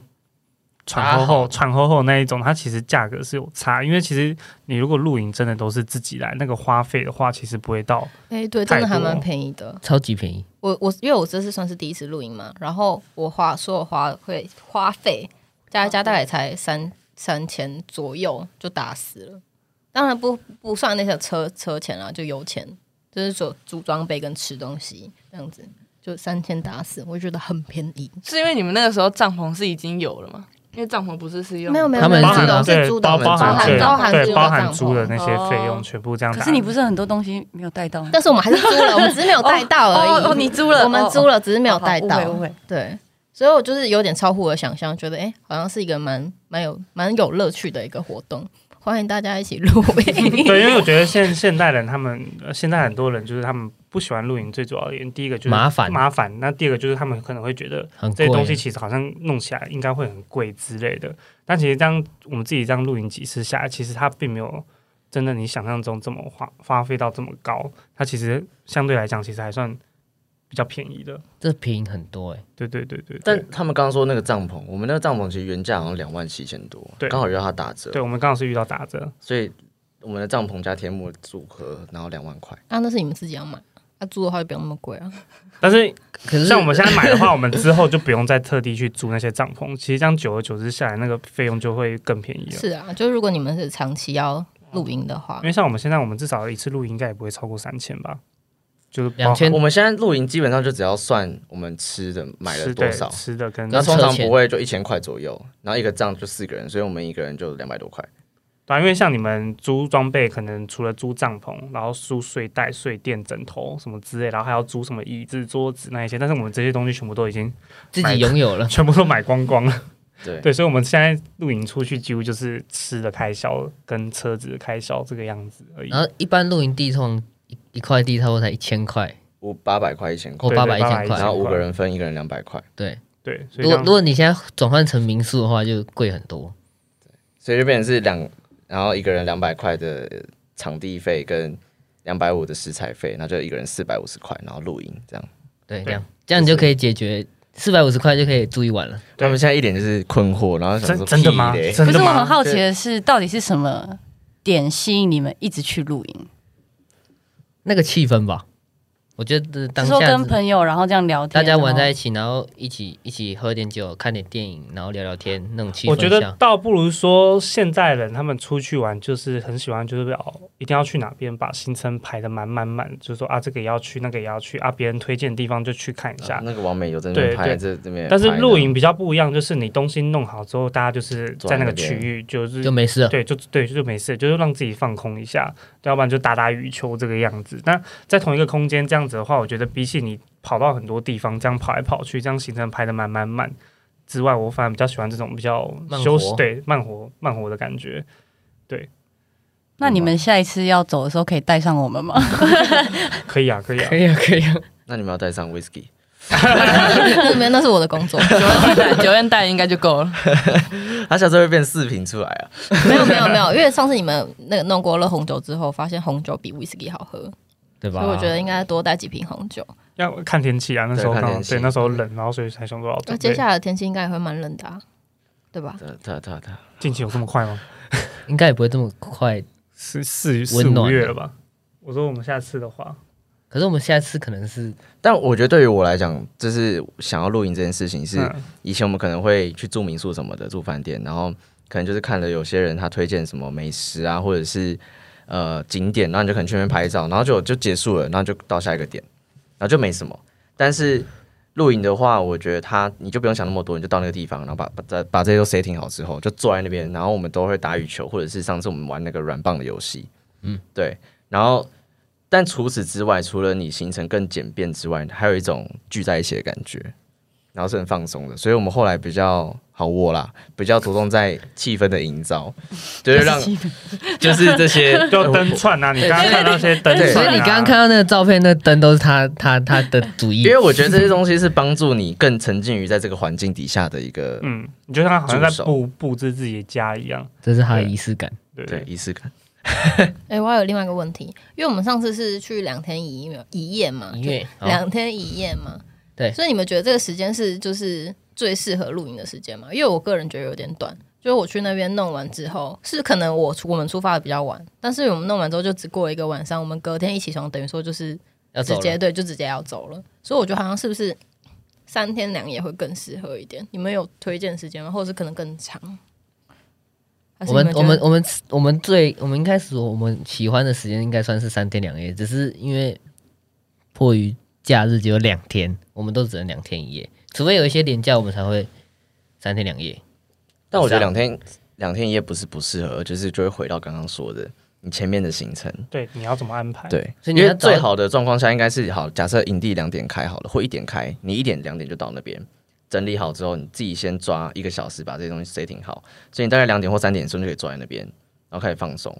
Speaker 1: 喘后
Speaker 3: 打好
Speaker 1: 后、喘后后那一种，它其实价格是有差。因为其实你如果露营真的都是自己来，那个花费的话，其实不会到
Speaker 5: 哎、对，真的还
Speaker 1: 太多
Speaker 5: 蛮便宜的。
Speaker 2: 超级便宜，
Speaker 5: 我我因为我这次算是第一次露营嘛，然后我花所有花会花费加一加大概才三三千左右就打死了，当然不不算那些车车钱啦，就油钱，就是说租装备跟吃东西这样子，就三千打死，我觉得很便宜。
Speaker 4: 是因为你们那个时候帐篷是已经有了吗？因为帐篷不是是用
Speaker 5: 没有没有，
Speaker 2: 他
Speaker 5: 没
Speaker 2: 们
Speaker 5: 有
Speaker 1: 包含
Speaker 5: 这种是
Speaker 1: 对
Speaker 5: 租的
Speaker 1: 包
Speaker 3: 我们
Speaker 1: 包含
Speaker 3: 租
Speaker 1: 对
Speaker 3: 的
Speaker 5: 包含租
Speaker 1: 对
Speaker 5: 的
Speaker 1: 包含
Speaker 5: 帐篷
Speaker 1: 租的那些费
Speaker 4: 哦
Speaker 1: 用全部这样打。
Speaker 6: 可是 你不是很多东西没有带到吗？
Speaker 5: 但是我们还是租了，我们只是没有带到而已。
Speaker 6: 哦哦你租了
Speaker 5: 我们租了，只是没有带到。
Speaker 6: 哦好误会误会
Speaker 5: 对，所以我就是有点超乎我的想象，觉得哎、诶好像是一个蛮蛮有蛮有乐趣的一个活动。欢迎大家一起录 音。
Speaker 1: 对，因为我觉得现现代人他们、呃现在很多人就是他们不喜欢露营，最主要的原因，第一个就是
Speaker 2: 麻烦
Speaker 1: 麻烦，那第二个就是他们可能会觉得
Speaker 2: 很
Speaker 1: 这
Speaker 2: 贵
Speaker 1: 些。东西其实好像弄起来应该会很贵之类的。但其实这样我们自己这样露营几次下来，其实它并没有真的你想象中这么花花费到这么高，它其实相对来讲其实还算比较便宜的。
Speaker 2: 这便宜很多哎、
Speaker 1: 对对对对，对
Speaker 3: 但他们刚刚说那个帐篷，我们那个帐篷其实原价好像两万七千多，
Speaker 1: 对
Speaker 3: 刚好遇到它打折，
Speaker 1: 对我们刚好是遇到打折，
Speaker 3: 所以我们的帐篷加天幕组合，然后两万块。
Speaker 5: 啊，那是你们自己要买，啊，租的话就不用那么贵啊。
Speaker 1: 但是
Speaker 2: 可是
Speaker 1: 像我们现在买的话，我们之后就不用再特地去租那些帐篷，其实这样久而久之下来，那个费用就会更便宜了。
Speaker 5: 是啊，就是如果你们是长期要露营的话
Speaker 1: 因，为像我们现在，我们至少一次露营应该也不会超过三千吧，就是包含
Speaker 2: 2000
Speaker 3: 我们现在露营基本上就只要算我们吃的买了
Speaker 1: 吃
Speaker 3: 多
Speaker 1: 对
Speaker 3: 少，
Speaker 1: 吃的跟
Speaker 3: 那
Speaker 2: 跟
Speaker 3: 通常
Speaker 2: 车钱
Speaker 3: 不会就一千块左右，然后一个帐就四个人，所以我们一个人就两百多块。
Speaker 1: 对、啊，因为像你们租装备，可能除了租帐篷，然后租睡袋、睡垫、枕头什么之类，然后还要租什么椅子、桌子那一些，但是我们这些东西全部都已 经，
Speaker 2: 自己拥有了
Speaker 1: 全部都买光光了。
Speaker 3: 对，
Speaker 1: 对，所以我们现在露营出去，几乎就是吃的开销跟车子的开销这个样子而已。
Speaker 2: 然后一般露营地通常一一块地差不多才一千块，
Speaker 3: 五八百块一千
Speaker 2: 或
Speaker 3: 块，
Speaker 1: 对
Speaker 2: 哦八百一
Speaker 1: 800
Speaker 2: 千
Speaker 1: 一
Speaker 3: 然
Speaker 1: 千
Speaker 2: 块。
Speaker 3: 后五个人分一个人两百块，
Speaker 2: 对，
Speaker 1: 对，所以这
Speaker 2: 如果
Speaker 1: 样
Speaker 2: 如果你现在转换成民宿的话，就贵很多。
Speaker 3: 所以就变成是两，然后一个人两百块的场地费跟两百五的食材费，那就一个人四百五十块，然后露营这样。
Speaker 2: 对，
Speaker 1: 对
Speaker 2: 这样这样你就可以解决四百五十块就可以住一晚了。
Speaker 1: 对
Speaker 3: 他们现在一点就是困惑，然后想
Speaker 1: 真
Speaker 3: 说
Speaker 1: 真的吗
Speaker 3: 屁嘞？
Speaker 1: 真
Speaker 6: 可
Speaker 1: 的
Speaker 6: 是我很
Speaker 1: 吗？
Speaker 6: 好奇的是，到底是什么点吸引你们一直去露营？
Speaker 2: 那个气氛吧，我觉得
Speaker 6: 只
Speaker 2: 当
Speaker 6: 是说
Speaker 2: 下
Speaker 6: 跟朋友然后这样聊天，
Speaker 2: 大家玩在
Speaker 6: 然
Speaker 2: 一起，然后一起一起喝点酒，看点电影，然后聊聊天，那种气氛
Speaker 1: 我觉得
Speaker 2: 下
Speaker 1: 倒不如说现代人他们出去玩就是很喜欢，就是哦，一定要去哪边把行程排的满满满，就是说啊这个也要去，那个也要去啊，别人推荐的地方就去看一下。
Speaker 3: 啊那个王美有在那边
Speaker 1: 对
Speaker 3: 拍，
Speaker 1: 对
Speaker 3: 这这边也
Speaker 1: 但是
Speaker 3: 拍
Speaker 1: 露
Speaker 3: 呢
Speaker 1: 营比较不一样，就是你东西弄好之后，大家就是
Speaker 3: 坐
Speaker 1: 在
Speaker 3: 在
Speaker 1: 那个
Speaker 3: 那
Speaker 1: 区
Speaker 3: 边
Speaker 1: 域就是
Speaker 2: 就没事了。
Speaker 1: 对，啊就对，就没事，就是让自己放空一下，要不然就打打羽球这个样子。那在同一个空间这样子的话，我觉得比起你跑到很多地方这样跑来跑去，这样行程排的满满满之外，我反而比较喜欢这种比较
Speaker 2: 慢
Speaker 1: 休息
Speaker 2: 活
Speaker 1: 对慢活慢活的感觉。
Speaker 6: 那你们下一次要走的时候可以带上我们吗？
Speaker 1: 可以啊，可以啊，
Speaker 2: 以啊， 可以啊，
Speaker 3: 那你们要带上 whisky，
Speaker 5: 那没有那是我的工作，
Speaker 4: 酒院带酒院带应该就够 了。
Speaker 3: 他下次会变四瓶出来啊。
Speaker 5: 没有没有没有，因为上次你们那个弄过了红酒之后，发现红酒比 whisky 好喝，
Speaker 2: 对吧？
Speaker 5: 所以我觉得应该多带几瓶红酒。
Speaker 1: 要看天气啊，那时候
Speaker 3: 对看
Speaker 1: 刚好
Speaker 3: 天气
Speaker 1: 对那时候冷，然后所以才想说要
Speaker 5: 那
Speaker 1: 准
Speaker 5: 接
Speaker 1: 备。
Speaker 5: 下来的天气应该也会蛮冷的、啊，对吧？
Speaker 3: 他他他他，
Speaker 1: 近期有这么快吗？
Speaker 2: 应该也不会这么快。
Speaker 1: 四四
Speaker 2: 温
Speaker 1: 四五
Speaker 2: 暖
Speaker 1: 月
Speaker 2: 的
Speaker 1: 了吧？我说我们下次的话，
Speaker 2: 可是我们下次可能是
Speaker 3: 但我觉得对于我来讲，就是想要露营这件事情，是
Speaker 1: 嗯
Speaker 3: 以前我们可能会去住民宿什么的，住饭店，然后可能就是看了有些人他推荐什么美食啊，或者是呃景点，然后你就可能去那边拍照，然后就就结束了，然后就到下一个点，然后就没什么。但是露营的话，我觉得它你就不用想那么多，你就到那个地方，然后把把把把这些都 setting 好之后，就坐在那边，然后我们都会打羽球，或者是上次我们玩那个软棒的游戏，嗯，对，然后。但除此之外，除了你行程更简便之外，还有一种聚在一起的感觉，然后是很放松的。所以我们后来比较好我啦，比较着重在气氛的营造，就是让就是这些呃
Speaker 1: 就灯串啊，你刚刚看到那些灯
Speaker 3: 哎对
Speaker 1: 串、啊，
Speaker 2: 所以你刚刚看到那个照片，那灯都是他他他的主意
Speaker 3: 因。为我觉得这些东西是帮助你更沉浸于在这个环境底下的一个、
Speaker 1: 嗯，你就像他好像
Speaker 3: 助
Speaker 1: 在
Speaker 3: 手
Speaker 1: 布布置自己的家一样，
Speaker 2: 这是他的仪式感。
Speaker 1: 对
Speaker 3: 对仪式感。
Speaker 5: 哎、我还有另外一个问题，因为我们上次是去两天一夜一夜嘛，
Speaker 2: 一夜哦
Speaker 5: 就两天一夜嘛，
Speaker 2: 对
Speaker 5: 所以你们觉得这个时间是就是最适合露营的时间吗？因为我个人觉得有点短，就是我去那边弄完之后，是可能我出我们出发的比较晚，但是我们弄完之后就只过一个晚上，我们隔天一起床，等于说就是
Speaker 2: 要
Speaker 5: 直
Speaker 2: 走
Speaker 5: 接
Speaker 2: 了。
Speaker 5: 对，就直接要走了，所以我觉得好像是不是三天两夜会更适合一点？你们有推荐时间吗？或者是可能更长？还是
Speaker 2: 我们
Speaker 5: 你觉
Speaker 2: 我
Speaker 5: 得
Speaker 2: 们我们我们最我们一开始我们喜欢的时间应该算是三天两夜，只是因为迫于假日只有两天，我们都只能两天一夜，除非有一些连假我们才会三天两夜。
Speaker 3: 但我觉得
Speaker 1: 啊
Speaker 3: 两天两天一夜不是不适合，就是就会回到刚刚说的你前面的行程。
Speaker 1: 对，你要怎么安排？
Speaker 3: 对，
Speaker 2: 所以你
Speaker 3: 因为
Speaker 2: 要找
Speaker 3: 最好的状况下应该是好，假设营地两点开好了，或一点开，你一点两点就到那边，整理好之后，你自己先抓一个小时把这些东西 setting 好，所以你大概两点或三点的时候就可以坐在那边，然后开始放松。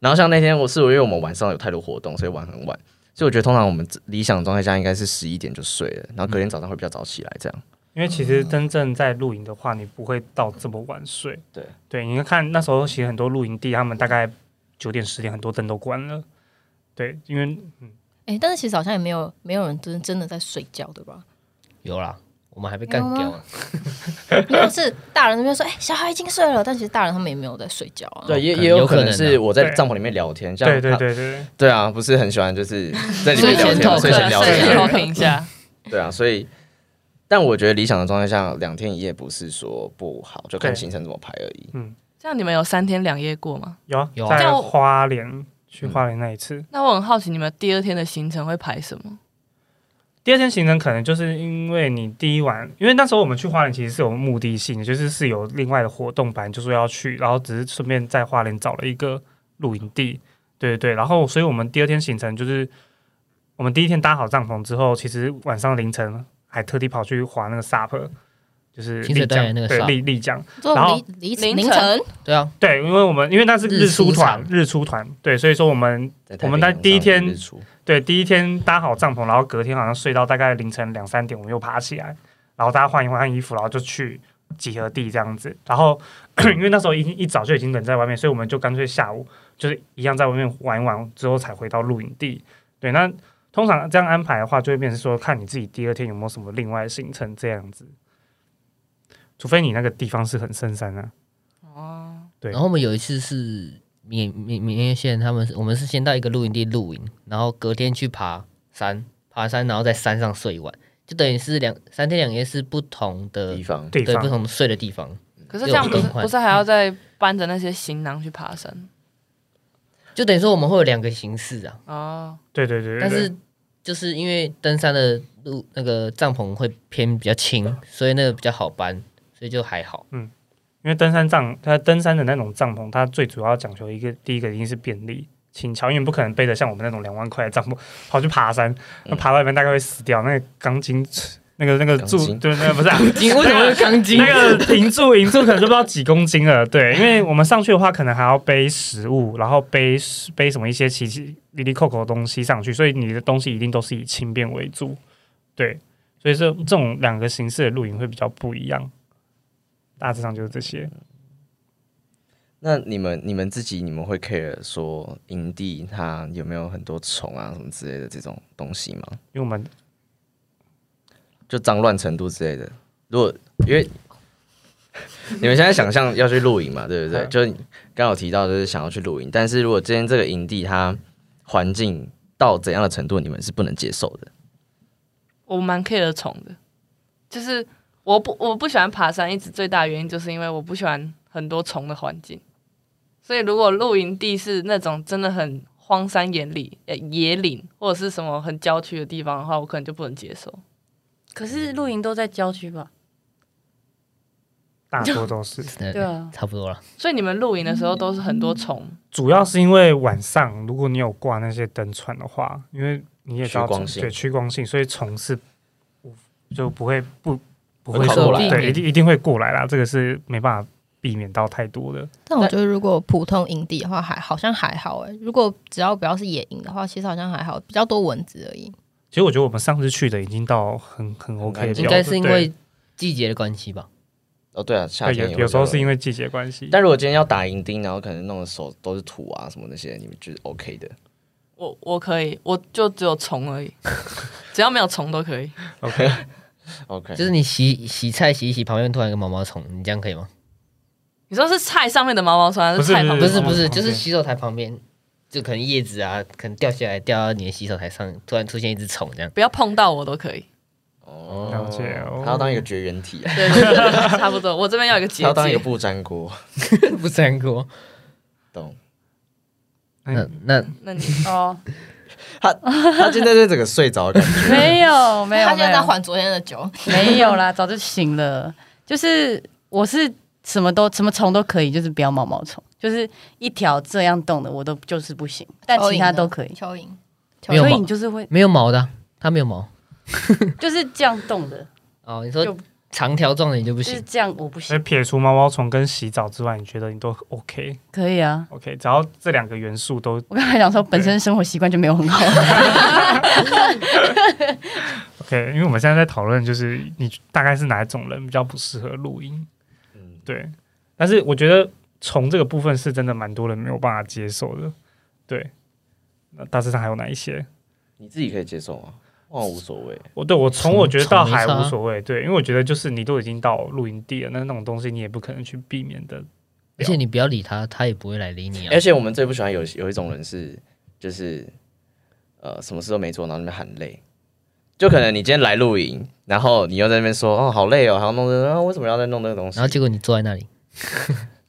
Speaker 3: 然后像那天我是因为我们晚上有太多活动，所以玩很晚，所以我觉得通常我们理想状态下应该是十一点就睡了，然后隔天早上会比较早起来这样。
Speaker 1: 因为其实真正在露营的话，你不会到这么晚睡。
Speaker 3: 对，
Speaker 1: 对，你看那时候其实很多露营地，他们大概九点十点，很多灯都关了。对，因为嗯
Speaker 5: 哎、但是其实好像也没有没有人真真的在睡觉，对吧？
Speaker 2: 有啦，我们还被干
Speaker 5: 有吗
Speaker 2: 掉了。
Speaker 5: 没有是大人那边说，哎、小孩已经睡了，但其实大人他们也没有在睡觉啊。
Speaker 3: 对，也
Speaker 2: 可
Speaker 3: 也
Speaker 2: 有
Speaker 3: 有
Speaker 2: 可
Speaker 3: 可能
Speaker 2: 能
Speaker 3: 是
Speaker 2: 啊
Speaker 3: 我在
Speaker 1: 对
Speaker 3: 帐篷里面聊天，像
Speaker 1: 对对
Speaker 3: 他
Speaker 1: 对对
Speaker 3: 对啊，不是很喜欢就是在里面
Speaker 4: 睡
Speaker 3: 聊
Speaker 4: 前
Speaker 3: 天，
Speaker 4: 头
Speaker 3: 睡前聊
Speaker 4: 睡前
Speaker 3: 天
Speaker 4: 偷。听一下，
Speaker 3: 对啊，所以，但我觉得理想的状态下，两天一夜不是说不好，就看
Speaker 1: 对
Speaker 3: 行程怎么排而已。
Speaker 4: 这样你们有三天两夜过吗？
Speaker 1: 有啊
Speaker 2: 有啊
Speaker 1: 在
Speaker 4: 叫我
Speaker 1: 花莲去
Speaker 3: 嗯
Speaker 1: 花莲那一次，
Speaker 4: 那我很好奇你们第二天的行程会排什么？
Speaker 1: 第二天行程可能就是因为你第一晚，因为那时候我们去花莲其实是有目的性的，就是是有另外的活动，本来就说要去，然后只是顺便在花莲找了一个露营地，对对对，然后所以我们第二天行程就是我们第一天搭好帐篷之后，其实晚上凌晨还特地跑去划那个 SUP，就是
Speaker 2: 清
Speaker 1: 丽
Speaker 2: 水断崖
Speaker 1: 江
Speaker 2: 那个
Speaker 1: 对
Speaker 2: SUP
Speaker 1: 丽丽江，
Speaker 5: 做
Speaker 1: 然后
Speaker 5: 凌凌
Speaker 4: 凌
Speaker 5: 凌
Speaker 4: 晨
Speaker 5: 晨，
Speaker 2: 对啊，
Speaker 1: 对，因为我们因为那是
Speaker 2: 日
Speaker 1: 日出
Speaker 2: 出
Speaker 1: 团
Speaker 2: 场
Speaker 1: 日出团，对，所以说我们
Speaker 3: 太
Speaker 1: 我们
Speaker 3: 平
Speaker 1: 在
Speaker 3: 洋
Speaker 1: 第一
Speaker 3: 上
Speaker 1: 天
Speaker 3: 日出
Speaker 1: 对，第一天搭好帐篷，然后隔天好像睡到大概凌晨两三点，我们又爬起来，然后大家换一换衣服，然后就去集合地这样子。然后 因为那时候已经一早就已经人在外面，所以我们就干脆下午就是一样在外面玩一玩之后才回到露营地。对，那通常这样安排的话，就会变成说看你自己第二天有没有什么另外的行程这样子。除非你那个地方是很深山啊，对
Speaker 2: 然后我们有一次是缅缅缅甸县，他们是我们是先到一个露营地露营，然后隔天去爬山，爬爬山，然后在山上睡一晚，就等于是两三天两夜是不同的
Speaker 3: 地方
Speaker 1: 地
Speaker 2: 对
Speaker 1: 方
Speaker 2: 不同睡的地方。
Speaker 4: 可是这样不是
Speaker 2: 六个
Speaker 4: 不是还要再搬着那些行囊去爬山
Speaker 2: 就等于说我们会有两个形式啊，
Speaker 4: 哦？
Speaker 1: 对对对对对，
Speaker 2: 但是就是因为登山的路那个帐篷会偏比较轻，所以那个比较好搬，所以就还好。
Speaker 1: 因为登山帐，它登山的那种帐篷，它最主要讲究一个，第一个一定是便利轻巧，因为你不可能背着像我们那种两万块的帐篷跑去爬山，那爬到一半大概会死掉，那个钢筋。那个那个
Speaker 3: 钢
Speaker 1: 柱
Speaker 3: 筋
Speaker 1: 对，那个不是、啊，
Speaker 2: 金为什么是钢筋？
Speaker 1: 那个呃银柱，银柱可能就不知道几公斤了。对，因为我们上去的话，可能还要背食物，然后背背什么一些奇奇离离扣扣的东西上去，所以你的东西一定都是以轻便为主。对，所以这这种两个形式的露营会比较不一样。大致上就是这些。
Speaker 3: 那你们你们自己你们会 care 说营地它有没有很多虫啊什么之类的这种东西吗？
Speaker 1: 因为我们
Speaker 3: 就脏乱程度之类的。如果因为 你们现在想象要去露营嘛，对不对？
Speaker 1: 嗯
Speaker 3: 就是你刚好提到就是想要去露营，但是如果今天这个营地它环境到怎样的程度，你们是不能接受的。
Speaker 4: 我蛮 care 虫的，就是我不我不喜欢爬山，一直最大原因就是因为我不喜欢很多虫的环境。所以如果露营地是那种真的很荒山野岭、呃野岭或者是什么很郊区的地方的话，我可能就不能接受。
Speaker 6: 可是露营都在郊区吧？
Speaker 1: 大多都是，
Speaker 6: 对啊，
Speaker 2: 差不多了。
Speaker 4: 所以你们露营的时候都是很多虫，
Speaker 1: 主要是因为晚上，如果你有挂那些灯串的话，因为你也知道
Speaker 3: 趋光性
Speaker 1: 对趋光性，所以虫是不就不会不不会
Speaker 3: 会跑
Speaker 1: 说
Speaker 3: 过来
Speaker 1: 对，一定一定会过来啦，这个是没办法避免到太多的。
Speaker 5: 但我觉得如果普通营地的话，还好像还好哎、如果只要不要是野营的话，其实好像还好，比较多蚊子而已。
Speaker 1: 其实我觉得我们上次去的已经到很很 OK 的标
Speaker 3: 安
Speaker 1: 准，
Speaker 3: 静
Speaker 2: 应该是因为
Speaker 1: 对
Speaker 2: 季节的关系吧。
Speaker 3: 哦，对啊，夏
Speaker 1: 对
Speaker 3: 天也
Speaker 1: 有
Speaker 3: 会
Speaker 1: 有时候是因
Speaker 3: 为，
Speaker 1: 为季节关系，
Speaker 3: 但如果今天要打营钉，然后可能弄的手都是土啊什么那些，你们觉得 OK 的？
Speaker 4: 我我可以，我就只有虫而已， 只要没有虫都可以。
Speaker 1: OK，
Speaker 3: OK，
Speaker 2: 就是你洗洗菜洗一洗，旁边突然有个毛毛虫，你这样可以吗？
Speaker 4: 你说是菜上面的毛毛虫还
Speaker 1: 不
Speaker 4: 是
Speaker 1: 是
Speaker 4: 菜旁边
Speaker 2: 不
Speaker 4: 的
Speaker 2: 是
Speaker 1: 对
Speaker 2: 不是，
Speaker 1: 旁边
Speaker 2: 就是洗手台旁边，就可能叶子啊，可能掉下来掉到你的洗手台上，突然出现一只虫这样。
Speaker 4: 不要碰到我都可 以。
Speaker 3: 哦
Speaker 1: 了解哦
Speaker 3: 他要当一个绝缘体啊，
Speaker 4: 对，对对对差不多。我这边要有一个
Speaker 3: 他
Speaker 4: 结
Speaker 3: 要当一个
Speaker 4: 界。
Speaker 3: 不粘锅，
Speaker 2: 不粘锅。
Speaker 3: 懂？
Speaker 2: 那那
Speaker 4: 那你
Speaker 6: 哦，
Speaker 3: 他今天就整个睡着的感 觉，
Speaker 6: 没有没有，
Speaker 5: 他现在
Speaker 6: 没
Speaker 5: 在
Speaker 6: 有
Speaker 5: 还昨天的酒，
Speaker 6: 没有啦，早就醒了。就是我是什么都什么虫都可以，就是不要毛毛虫，就是一条这样动的我都就是不行，但其他都可以。
Speaker 5: 蚯蚓呢，蚯蚓，
Speaker 2: 没有
Speaker 6: 蚯
Speaker 2: 毛
Speaker 6: 蚓就是会
Speaker 2: 没有毛的啊、它没有毛。
Speaker 6: 就是这样动的，
Speaker 2: 哦，你说
Speaker 6: 就
Speaker 2: 长条状的你就 不
Speaker 6: 就是
Speaker 2: 行。
Speaker 6: 这样我不
Speaker 1: 所以
Speaker 6: 行。
Speaker 1: 撇除毛毛虫跟洗澡之外，你觉得你都 OK
Speaker 6: 可以啊，
Speaker 1: OK，只要这两个元素都
Speaker 6: 我刚才讲说本身生活习惯就没有很好，
Speaker 1: OK，因为我们现在在讨论，就是你大概是哪一种人比较不适合录音，
Speaker 3: 嗯，
Speaker 1: 对。但是我觉得虫这个部分是真的蛮多人没有办法接受的，对。那大致上还有哪一些？
Speaker 3: 你自己可以接受吗？我无所谓。
Speaker 1: 我对我从
Speaker 2: 虫
Speaker 1: 我觉得到
Speaker 2: 虫没
Speaker 1: 还
Speaker 2: 差
Speaker 1: 无所谓，对，因为我觉得就是你都已经到露营地了，那那种东西你也不可能去避免的。
Speaker 2: 而且你不要理它，它也不会来理你啊
Speaker 3: 而。且我们最不喜欢有有一种人是，就是呃什么事都没做，然后在那边喊累。就可能你今天来露营，然后你又在那边说哦好累哦，还要弄这个，啊为什么要再弄这个东西
Speaker 2: 然后？结果你坐在那里，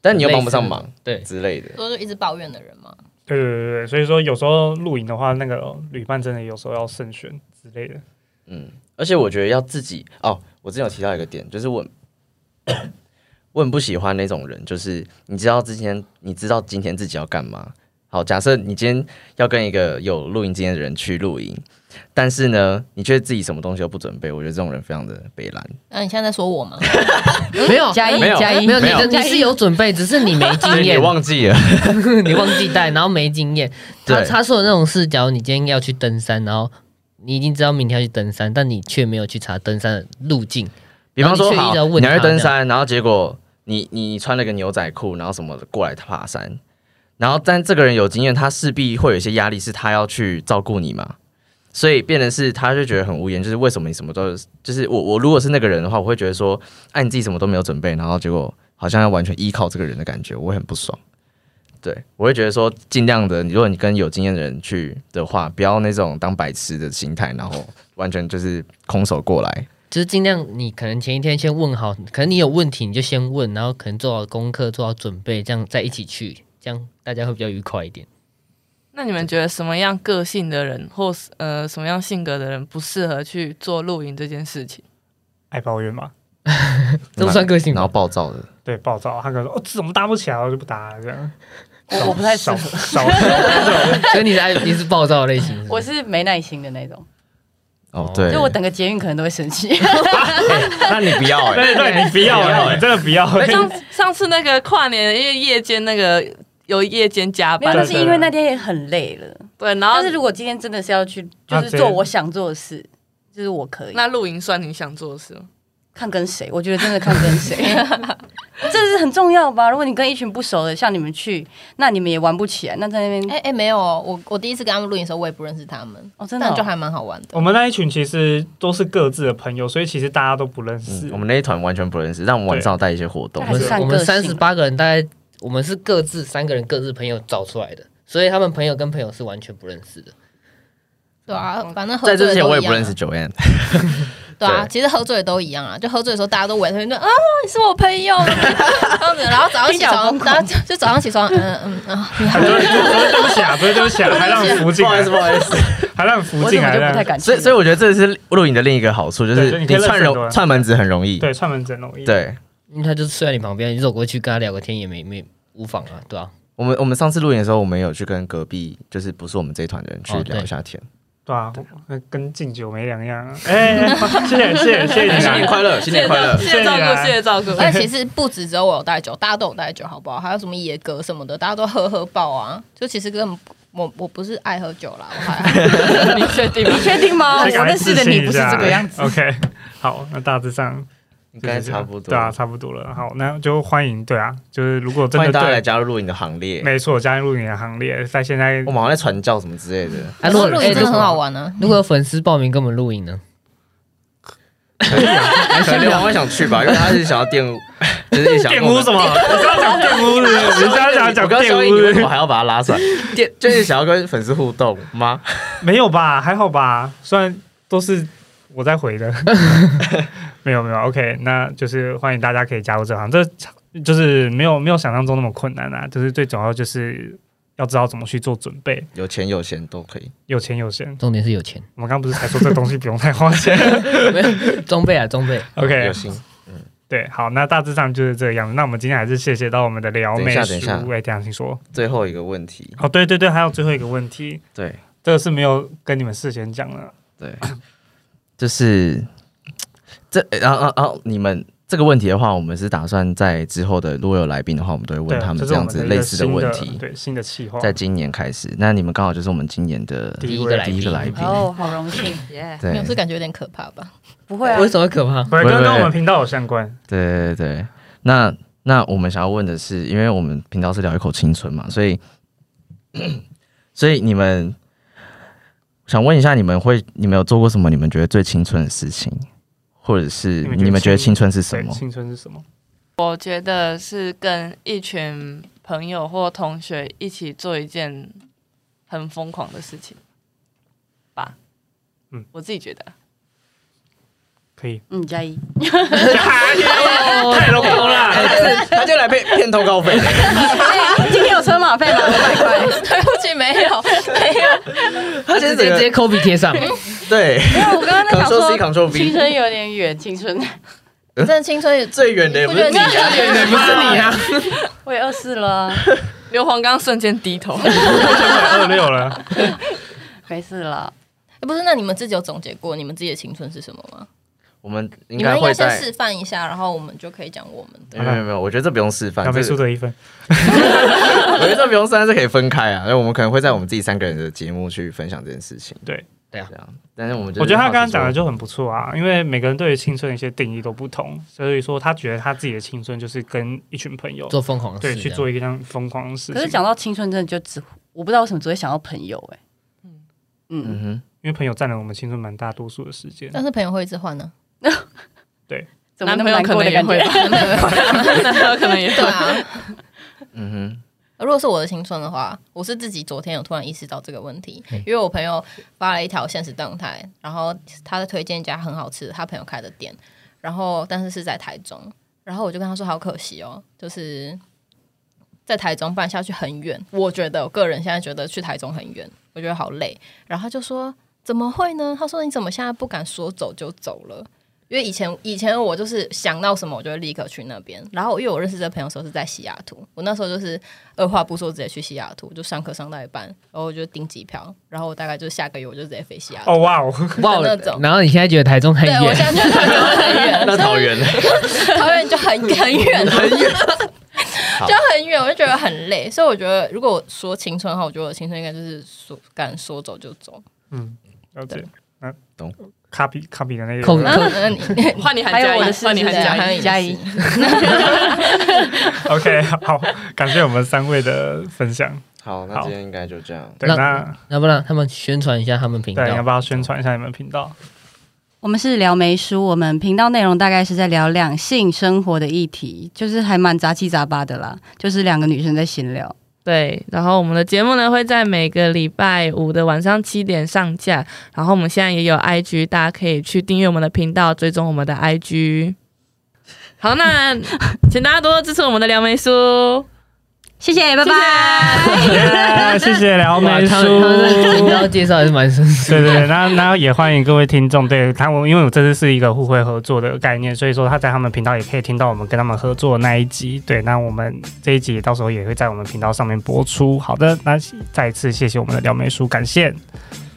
Speaker 3: 但你又帮不上忙
Speaker 2: 对，
Speaker 3: 之类的。
Speaker 5: 说就一直抱怨的人嘛。
Speaker 1: 对对对对，所以说有时候露营的话，那个旅伴真的有时候要慎选之类的。
Speaker 3: 嗯，而且我觉得要自己哦，我之前有提到一个点，就是我 我很不喜欢那种人，就是你知道之前你知道今天自己要干嘛。好，假设你今天要跟一个有露营经验的人去露营，但是呢，你却自己什么东西都不准备，我觉得这种人非常的悲蓝。
Speaker 5: 那你现在在说我吗？
Speaker 2: 没有
Speaker 6: 加一
Speaker 3: 没有
Speaker 6: 加一
Speaker 2: 没有，你的
Speaker 6: 加
Speaker 2: 你
Speaker 6: 一
Speaker 2: 是有准备，只是你没经验，
Speaker 3: 记了，
Speaker 2: 你忘记带，然后没经验。他
Speaker 3: 对
Speaker 2: 他说的那种事，假如你今天要去登山，然后你已经知道明天要去登山，但你却没有去查登山的路径，
Speaker 3: 比方说
Speaker 2: 然后你却一
Speaker 3: 好
Speaker 2: 直，问
Speaker 3: 你要去
Speaker 2: 他
Speaker 3: 登山，然后结果你你穿了个牛仔裤，然后什么的过来爬山，然后但这个人有经验，他势必会有一些压力，是他要去照顾你嘛，所以变成是他就觉得很无言，就是为什么你什么都就是我我如果是那个人的话，我会觉得说，啊哎、你自己什么都没有准备，然后结果好像要完全依靠这个人的感觉，我会很不爽。对，我会觉得说，尽量的，如果你跟有经验的人去的话，不要那种当白痴的心态，然后完全就是空手过来。
Speaker 2: 就是尽量你可能前一天先问好，可能你有问题你就先问，然后可能做好功课，做好准备，这样再一起去，这样大家会比较愉快一点。
Speaker 4: 那你们觉得什么样个性的人，或是呃什么样性格的人不适合去做露营这件事情？
Speaker 1: 爱抱怨嘛，
Speaker 2: 这不算个性
Speaker 3: 然后
Speaker 2: 吧？
Speaker 3: 暴躁的，
Speaker 1: 对，暴躁。他可能说哦，这怎么搭不起来，我就不搭了这样。
Speaker 4: 我我不太适
Speaker 1: 少
Speaker 4: 合，
Speaker 1: 少，
Speaker 2: 所以你是爱你是暴躁的类型是不是
Speaker 6: 我是没耐心的那种，
Speaker 3: 哦，对，
Speaker 6: 就我等个捷运可能都会生气。
Speaker 3: 那你不 要哎、
Speaker 1: 对对，你不要
Speaker 3: 不要
Speaker 1: 欸，
Speaker 3: 欸
Speaker 1: 你真的不要欸。
Speaker 4: 上上次那个跨年，因为夜间那个有夜间加
Speaker 6: 没有，
Speaker 4: 班，
Speaker 6: 那是因为那天也很累了。
Speaker 4: 对，然后
Speaker 6: 但是如果今天真的是要去，
Speaker 1: 啊
Speaker 6: 就是做我想做的事，就是我可以。
Speaker 4: 那露营算你想做的事吗？
Speaker 6: 看跟谁，我觉得真的看跟谁，这是很重要吧？如果你跟一群不熟的，像你们去，那你们也玩不起来。那在那边，
Speaker 5: 哎哎，没有哦，我我第一次跟他们录影的时候，我也不认识他们，
Speaker 6: 哦，真的哦、
Speaker 5: 但就还蛮好玩的。
Speaker 1: 我们那一群其实都是各自的朋友，所以其实大家都不认识
Speaker 3: 嗯。我们那一团完全不认识，但我们晚上有带一些活动
Speaker 6: 对
Speaker 2: 我们
Speaker 6: 还是看
Speaker 2: 我们
Speaker 6: 个性
Speaker 2: 三十八个人，大概我们是各自三个人各自朋友找出来的，所以他们朋友跟朋友是完全不认识的。
Speaker 5: 对啊，反正喝
Speaker 3: 在这
Speaker 5: 醉
Speaker 3: 之
Speaker 5: 的
Speaker 3: 前
Speaker 5: 都
Speaker 3: 我也
Speaker 5: 一
Speaker 3: 不
Speaker 5: 样
Speaker 3: 认
Speaker 5: 啊
Speaker 3: 识。九 N，
Speaker 5: 对啊，
Speaker 3: 对
Speaker 5: 其实喝醉的都一样啊，就喝醉的时候大家都围在那边，啊，你是我朋友，然后早上起床，然后就就早上起床，嗯嗯 嗯啊，你好
Speaker 1: 很，多人就说对不起啊，不是 对不 起啊，还让扶进来，
Speaker 3: 好意思。
Speaker 1: 还让啊扶
Speaker 6: 我怎
Speaker 1: 进
Speaker 6: 么
Speaker 1: 来
Speaker 6: 就不太
Speaker 1: 的。
Speaker 6: 敢 去？
Speaker 3: 所以，所以我觉得这是录影的另一个好处，就
Speaker 1: 对
Speaker 3: 是
Speaker 1: 你可以认识
Speaker 3: 串
Speaker 1: 很多
Speaker 3: 融
Speaker 1: 人
Speaker 3: 串门子很容易。
Speaker 1: 对，串门整容易。
Speaker 3: 对，
Speaker 2: 因为他就睡在你旁边，你走过去跟他聊个天也没没无妨啊，对啊，
Speaker 3: 我们我们上次录影的时候，我们有去跟隔壁，就是不是我们这一团的人去
Speaker 2: 哦对
Speaker 3: 聊一下天。
Speaker 1: 对啊，那跟敬酒没两样啊。 哎，哎好谢谢谢谢谢谢你
Speaker 3: 新年
Speaker 1: 啊！
Speaker 3: 快乐，新年快乐！
Speaker 4: 谢谢照顾，谢谢照
Speaker 6: 哎
Speaker 4: 顾。
Speaker 5: 而且其实不止只有我有带酒，大家都有带酒，好不好？还有什么野格什么的，大家都喝喝爆啊！就其实根本我我不是爱喝酒啦，我还
Speaker 4: 你确定吗
Speaker 6: 你？确定
Speaker 3: 哦
Speaker 6: 吗？我
Speaker 1: 先赶快
Speaker 6: 认识的
Speaker 1: 自信
Speaker 6: 你
Speaker 1: 一
Speaker 6: 不是
Speaker 1: 下哎
Speaker 6: 这个样子。
Speaker 1: OK，好，那大致上
Speaker 3: 应
Speaker 1: 就
Speaker 3: 该
Speaker 1: 是这样
Speaker 3: 差不多。
Speaker 1: 对啊，差不多了。好，那就欢迎，对啊，就是如果真
Speaker 3: 欢
Speaker 1: 的
Speaker 3: 迎大家
Speaker 1: 对，
Speaker 3: 来加入录影的行列。
Speaker 1: 没错，加入你的行列，在现在
Speaker 3: 我们好像在传教什么之类 的，
Speaker 2: 啊，如
Speaker 5: 露
Speaker 2: 果
Speaker 5: 营
Speaker 2: 哎
Speaker 5: 真的
Speaker 2: 如
Speaker 5: 很
Speaker 2: 果
Speaker 5: 好玩啊呢、
Speaker 2: 如果有粉丝报名跟我们录影呢，
Speaker 1: 啊
Speaker 3: 可能王会想去吧，因为他是想要玷污，就 是想
Speaker 1: 玷污什
Speaker 3: 么？
Speaker 1: 么？你是要讲玷污是不是？你是要讲
Speaker 3: 我
Speaker 1: 讲
Speaker 3: 刚
Speaker 1: 玷
Speaker 3: 刚
Speaker 1: 污
Speaker 3: 你
Speaker 1: 是
Speaker 3: 为
Speaker 1: 不
Speaker 3: 什
Speaker 1: 是
Speaker 3: 么？还要把他拉出来？玷就是想要跟粉丝互动吗？
Speaker 1: 没有吧？还好吧？虽然都是我在回 的，没有没有。OK，那就是欢迎大家可以加入这行，这就是没有没有想象中那么困难啊。就是最主要就是要知道怎么去做准备，
Speaker 3: 有钱有闲都可以。
Speaker 1: 有钱有闲。
Speaker 2: 重点是有钱，
Speaker 1: 我们刚刚不是才说这东西不用太花 钱
Speaker 2: 没有装备啊装备，
Speaker 1: ？OK，
Speaker 3: 有心。
Speaker 1: 对，好，那大致上就是这个样子。那我们今天还是谢谢到我们的撩妹
Speaker 3: 等一下等一
Speaker 1: 叔，
Speaker 3: 下
Speaker 1: 哎，等一下请说。
Speaker 3: 最后一个问题，
Speaker 1: 哦，对对对，还有最后一个问题，
Speaker 3: 对
Speaker 1: 这个是没有跟你们事先讲的。
Speaker 3: 对，就是这，然后然后然后你们这个问题的话，我们是打算在之后的如果有来宾的话，我们都会
Speaker 1: 对
Speaker 3: 问他们
Speaker 1: 这
Speaker 3: 这
Speaker 1: 是我
Speaker 3: 样
Speaker 1: 们
Speaker 3: 子
Speaker 1: 的一
Speaker 3: 类
Speaker 1: 个
Speaker 3: 似
Speaker 1: 新的
Speaker 3: 问题，
Speaker 1: 对哦新的企划。
Speaker 3: 在今年开始。那你们刚好就是我们今年的
Speaker 1: 第
Speaker 2: 一个来
Speaker 3: 第一个来
Speaker 2: 宾
Speaker 3: 宾，
Speaker 6: 哦，好荣幸，
Speaker 4: 耶，
Speaker 5: 没
Speaker 3: 对
Speaker 5: 有是感觉有点可怕吧？
Speaker 6: 不会啊
Speaker 2: 为，什么会可怕？
Speaker 1: 不是
Speaker 3: 喂
Speaker 1: 跟
Speaker 3: 喂
Speaker 1: 跟我们频道有相关，
Speaker 3: 对对对，那那我们想要问的是，因为我们频道是聊一口青春嘛，所以 所以你们想问一下，你们会你们有做过什么你们觉得最青春的事情，或者是
Speaker 1: 你们觉得
Speaker 3: 你们觉得青春是什
Speaker 1: 对，
Speaker 3: 么？
Speaker 1: 青春是什么？
Speaker 4: 我觉得是跟一群朋友或同学一起做一件很疯狂的事情吧。
Speaker 1: 嗯，
Speaker 4: 我自己觉得。
Speaker 1: 可 以
Speaker 6: 嗯，加一，
Speaker 2: 哎
Speaker 1: 太笼统 了，
Speaker 3: 他就来被骗通告费，
Speaker 6: 今天有车马费吗？五百块。
Speaker 5: 对不起，没有，
Speaker 3: 他
Speaker 2: 直接直接抠鼻贴上，
Speaker 3: 对
Speaker 6: 没有，我刚刚在
Speaker 3: Ctrl
Speaker 6: 想
Speaker 3: C Ctrl
Speaker 6: 说，
Speaker 3: V
Speaker 6: 青春有点远，青春，
Speaker 5: 真的青春也
Speaker 3: 最远的
Speaker 5: 不觉得青春也
Speaker 2: 不是你啊，
Speaker 6: 我也二四了啊，
Speaker 4: 刘皇刚瞬间低 头，
Speaker 1: 二六了。
Speaker 6: 没事了。
Speaker 5: 哎不是？那你们自己有总结过你们自己的青春是什么吗？
Speaker 3: 我们应
Speaker 5: 你们
Speaker 3: 该
Speaker 5: 应
Speaker 3: 会
Speaker 5: 该先
Speaker 3: 在。
Speaker 5: 示范一下，然后我们就可以讲我们的。
Speaker 3: 没有没有没有，我觉得这不用示范，
Speaker 1: 小
Speaker 3: 这
Speaker 1: 飞
Speaker 3: 个
Speaker 1: 输得一分，
Speaker 3: 我觉得这不用示范是可以分开啊。那我们可能会在我们自己三个人的节目去分享这件事情。
Speaker 1: 对
Speaker 2: 对啊
Speaker 3: 这样。但是我们就是
Speaker 1: 我觉得他刚刚讲
Speaker 3: 好
Speaker 1: 的
Speaker 3: 奇
Speaker 1: 就很不错啊，因为每个人对于青春的一些定义都不同，所以说他觉得他自己的青春就是跟一群朋友
Speaker 2: 做疯狂的
Speaker 1: 对
Speaker 2: 事，
Speaker 1: 去做一个这样疯狂的事情。
Speaker 6: 可是讲到青春，真的就只我不知道为什么只会想到朋友，哎，
Speaker 3: 说，
Speaker 6: 嗯
Speaker 3: 嗯
Speaker 6: 嗯，
Speaker 3: 哼，
Speaker 1: 因为朋友占了我们青春蛮大多数的时间。
Speaker 5: 但是朋友会一直换呢、
Speaker 6: 怎么那么
Speaker 4: 男
Speaker 6: 难
Speaker 4: 朋友 可能
Speaker 6: 过的
Speaker 4: 也
Speaker 6: 感
Speaker 4: 会
Speaker 6: 觉？
Speaker 4: 那可能也
Speaker 5: 对啊，
Speaker 3: 嗯哼，
Speaker 5: 如果是我的青春的话，我是自己昨天有突然意识到这个问题，因为我朋友发了一条现实动态，然后他在推荐一家很好吃的他朋友开的店，然后但是是在台中，然后我就跟他说好可惜哦，就是在台中办下去很远，我觉得我个人现在觉得去台中很远，我觉得好累，然后他就说怎么会呢？他说你怎么现在不敢说走就走了？因为以前以前我就是想到什么，我就会立刻去那边。然后因为我认识这个朋友的时候是在西雅图，我那时候就是二话不说直接去西雅图，就上课上到一半，然后我就订机票，然后我大概就下个月我就直接飞西雅图。
Speaker 1: 哦哇哦，
Speaker 2: 哇
Speaker 5: 那种
Speaker 2: 然后你现在觉得台中很
Speaker 5: 对，我
Speaker 2: 远，
Speaker 5: 现在觉得桃园很远，
Speaker 3: 那桃园呢？
Speaker 5: 桃园就很很远，很远，
Speaker 3: 好
Speaker 5: 就很远，我就觉得很累。所以我觉得，如果我说青春的话，我觉得我的青春应该就是说敢说走就走。
Speaker 1: 了解
Speaker 5: 对，
Speaker 1: 嗯，
Speaker 3: 懂。
Speaker 1: copy copy 的那
Speaker 2: 控
Speaker 1: 个
Speaker 2: 控
Speaker 5: 那你
Speaker 4: 换你喊
Speaker 6: 还
Speaker 4: 加
Speaker 6: 有
Speaker 4: 一
Speaker 6: 我的狮
Speaker 4: 换你
Speaker 6: 子
Speaker 4: 喊
Speaker 5: 对啊
Speaker 4: 加
Speaker 5: 还
Speaker 4: 一
Speaker 5: 有你的
Speaker 6: 加一
Speaker 5: 事，
Speaker 1: ，OK，好，感谢我们三位的分享。
Speaker 3: 好，那
Speaker 1: 好
Speaker 3: 今天应该就这样。
Speaker 1: 对，
Speaker 2: 那
Speaker 1: 那
Speaker 2: 要不然他们宣传一下他们频
Speaker 1: 对，要
Speaker 2: 道。
Speaker 1: 不要宣传一下你们频道？
Speaker 6: 我们是聊梅书，我们频道内容大概是在聊两性生活的议题，就是还蛮杂七杂八的啦，就是两个女生在闲聊。
Speaker 4: 对，然后我们的节目呢会在每个礼拜五的晚上七点上架，然后我们现在也有 IG，大家可以去订阅我们的频道，追踪我们的 IG。好，那请大家多多支持我们的撩妹书，
Speaker 6: 谢谢，拜
Speaker 4: 拜
Speaker 6: 拜。
Speaker 1: 耶 谢谢撩
Speaker 2: 哇
Speaker 1: 妹
Speaker 2: 他们他们的
Speaker 1: 叔
Speaker 2: 频。道介绍还是蛮深邃
Speaker 1: 对对对，那那也欢迎各位听众，对他们，因为我这次是一个互惠合作的概念，所以说他在他们频道也可以听到我们跟他们合作的那一集。对，那我们这一集到时候也会在我们频道上面播出。好的，那再一次谢谢我们的撩妹叔，感谢。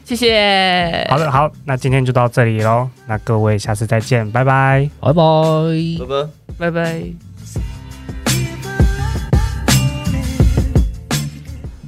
Speaker 4: 谢谢。
Speaker 1: 好的，好，那今天就到这里喽，那各位下次再见，拜拜。
Speaker 2: 拜拜。
Speaker 3: 拜拜。
Speaker 4: 拜拜。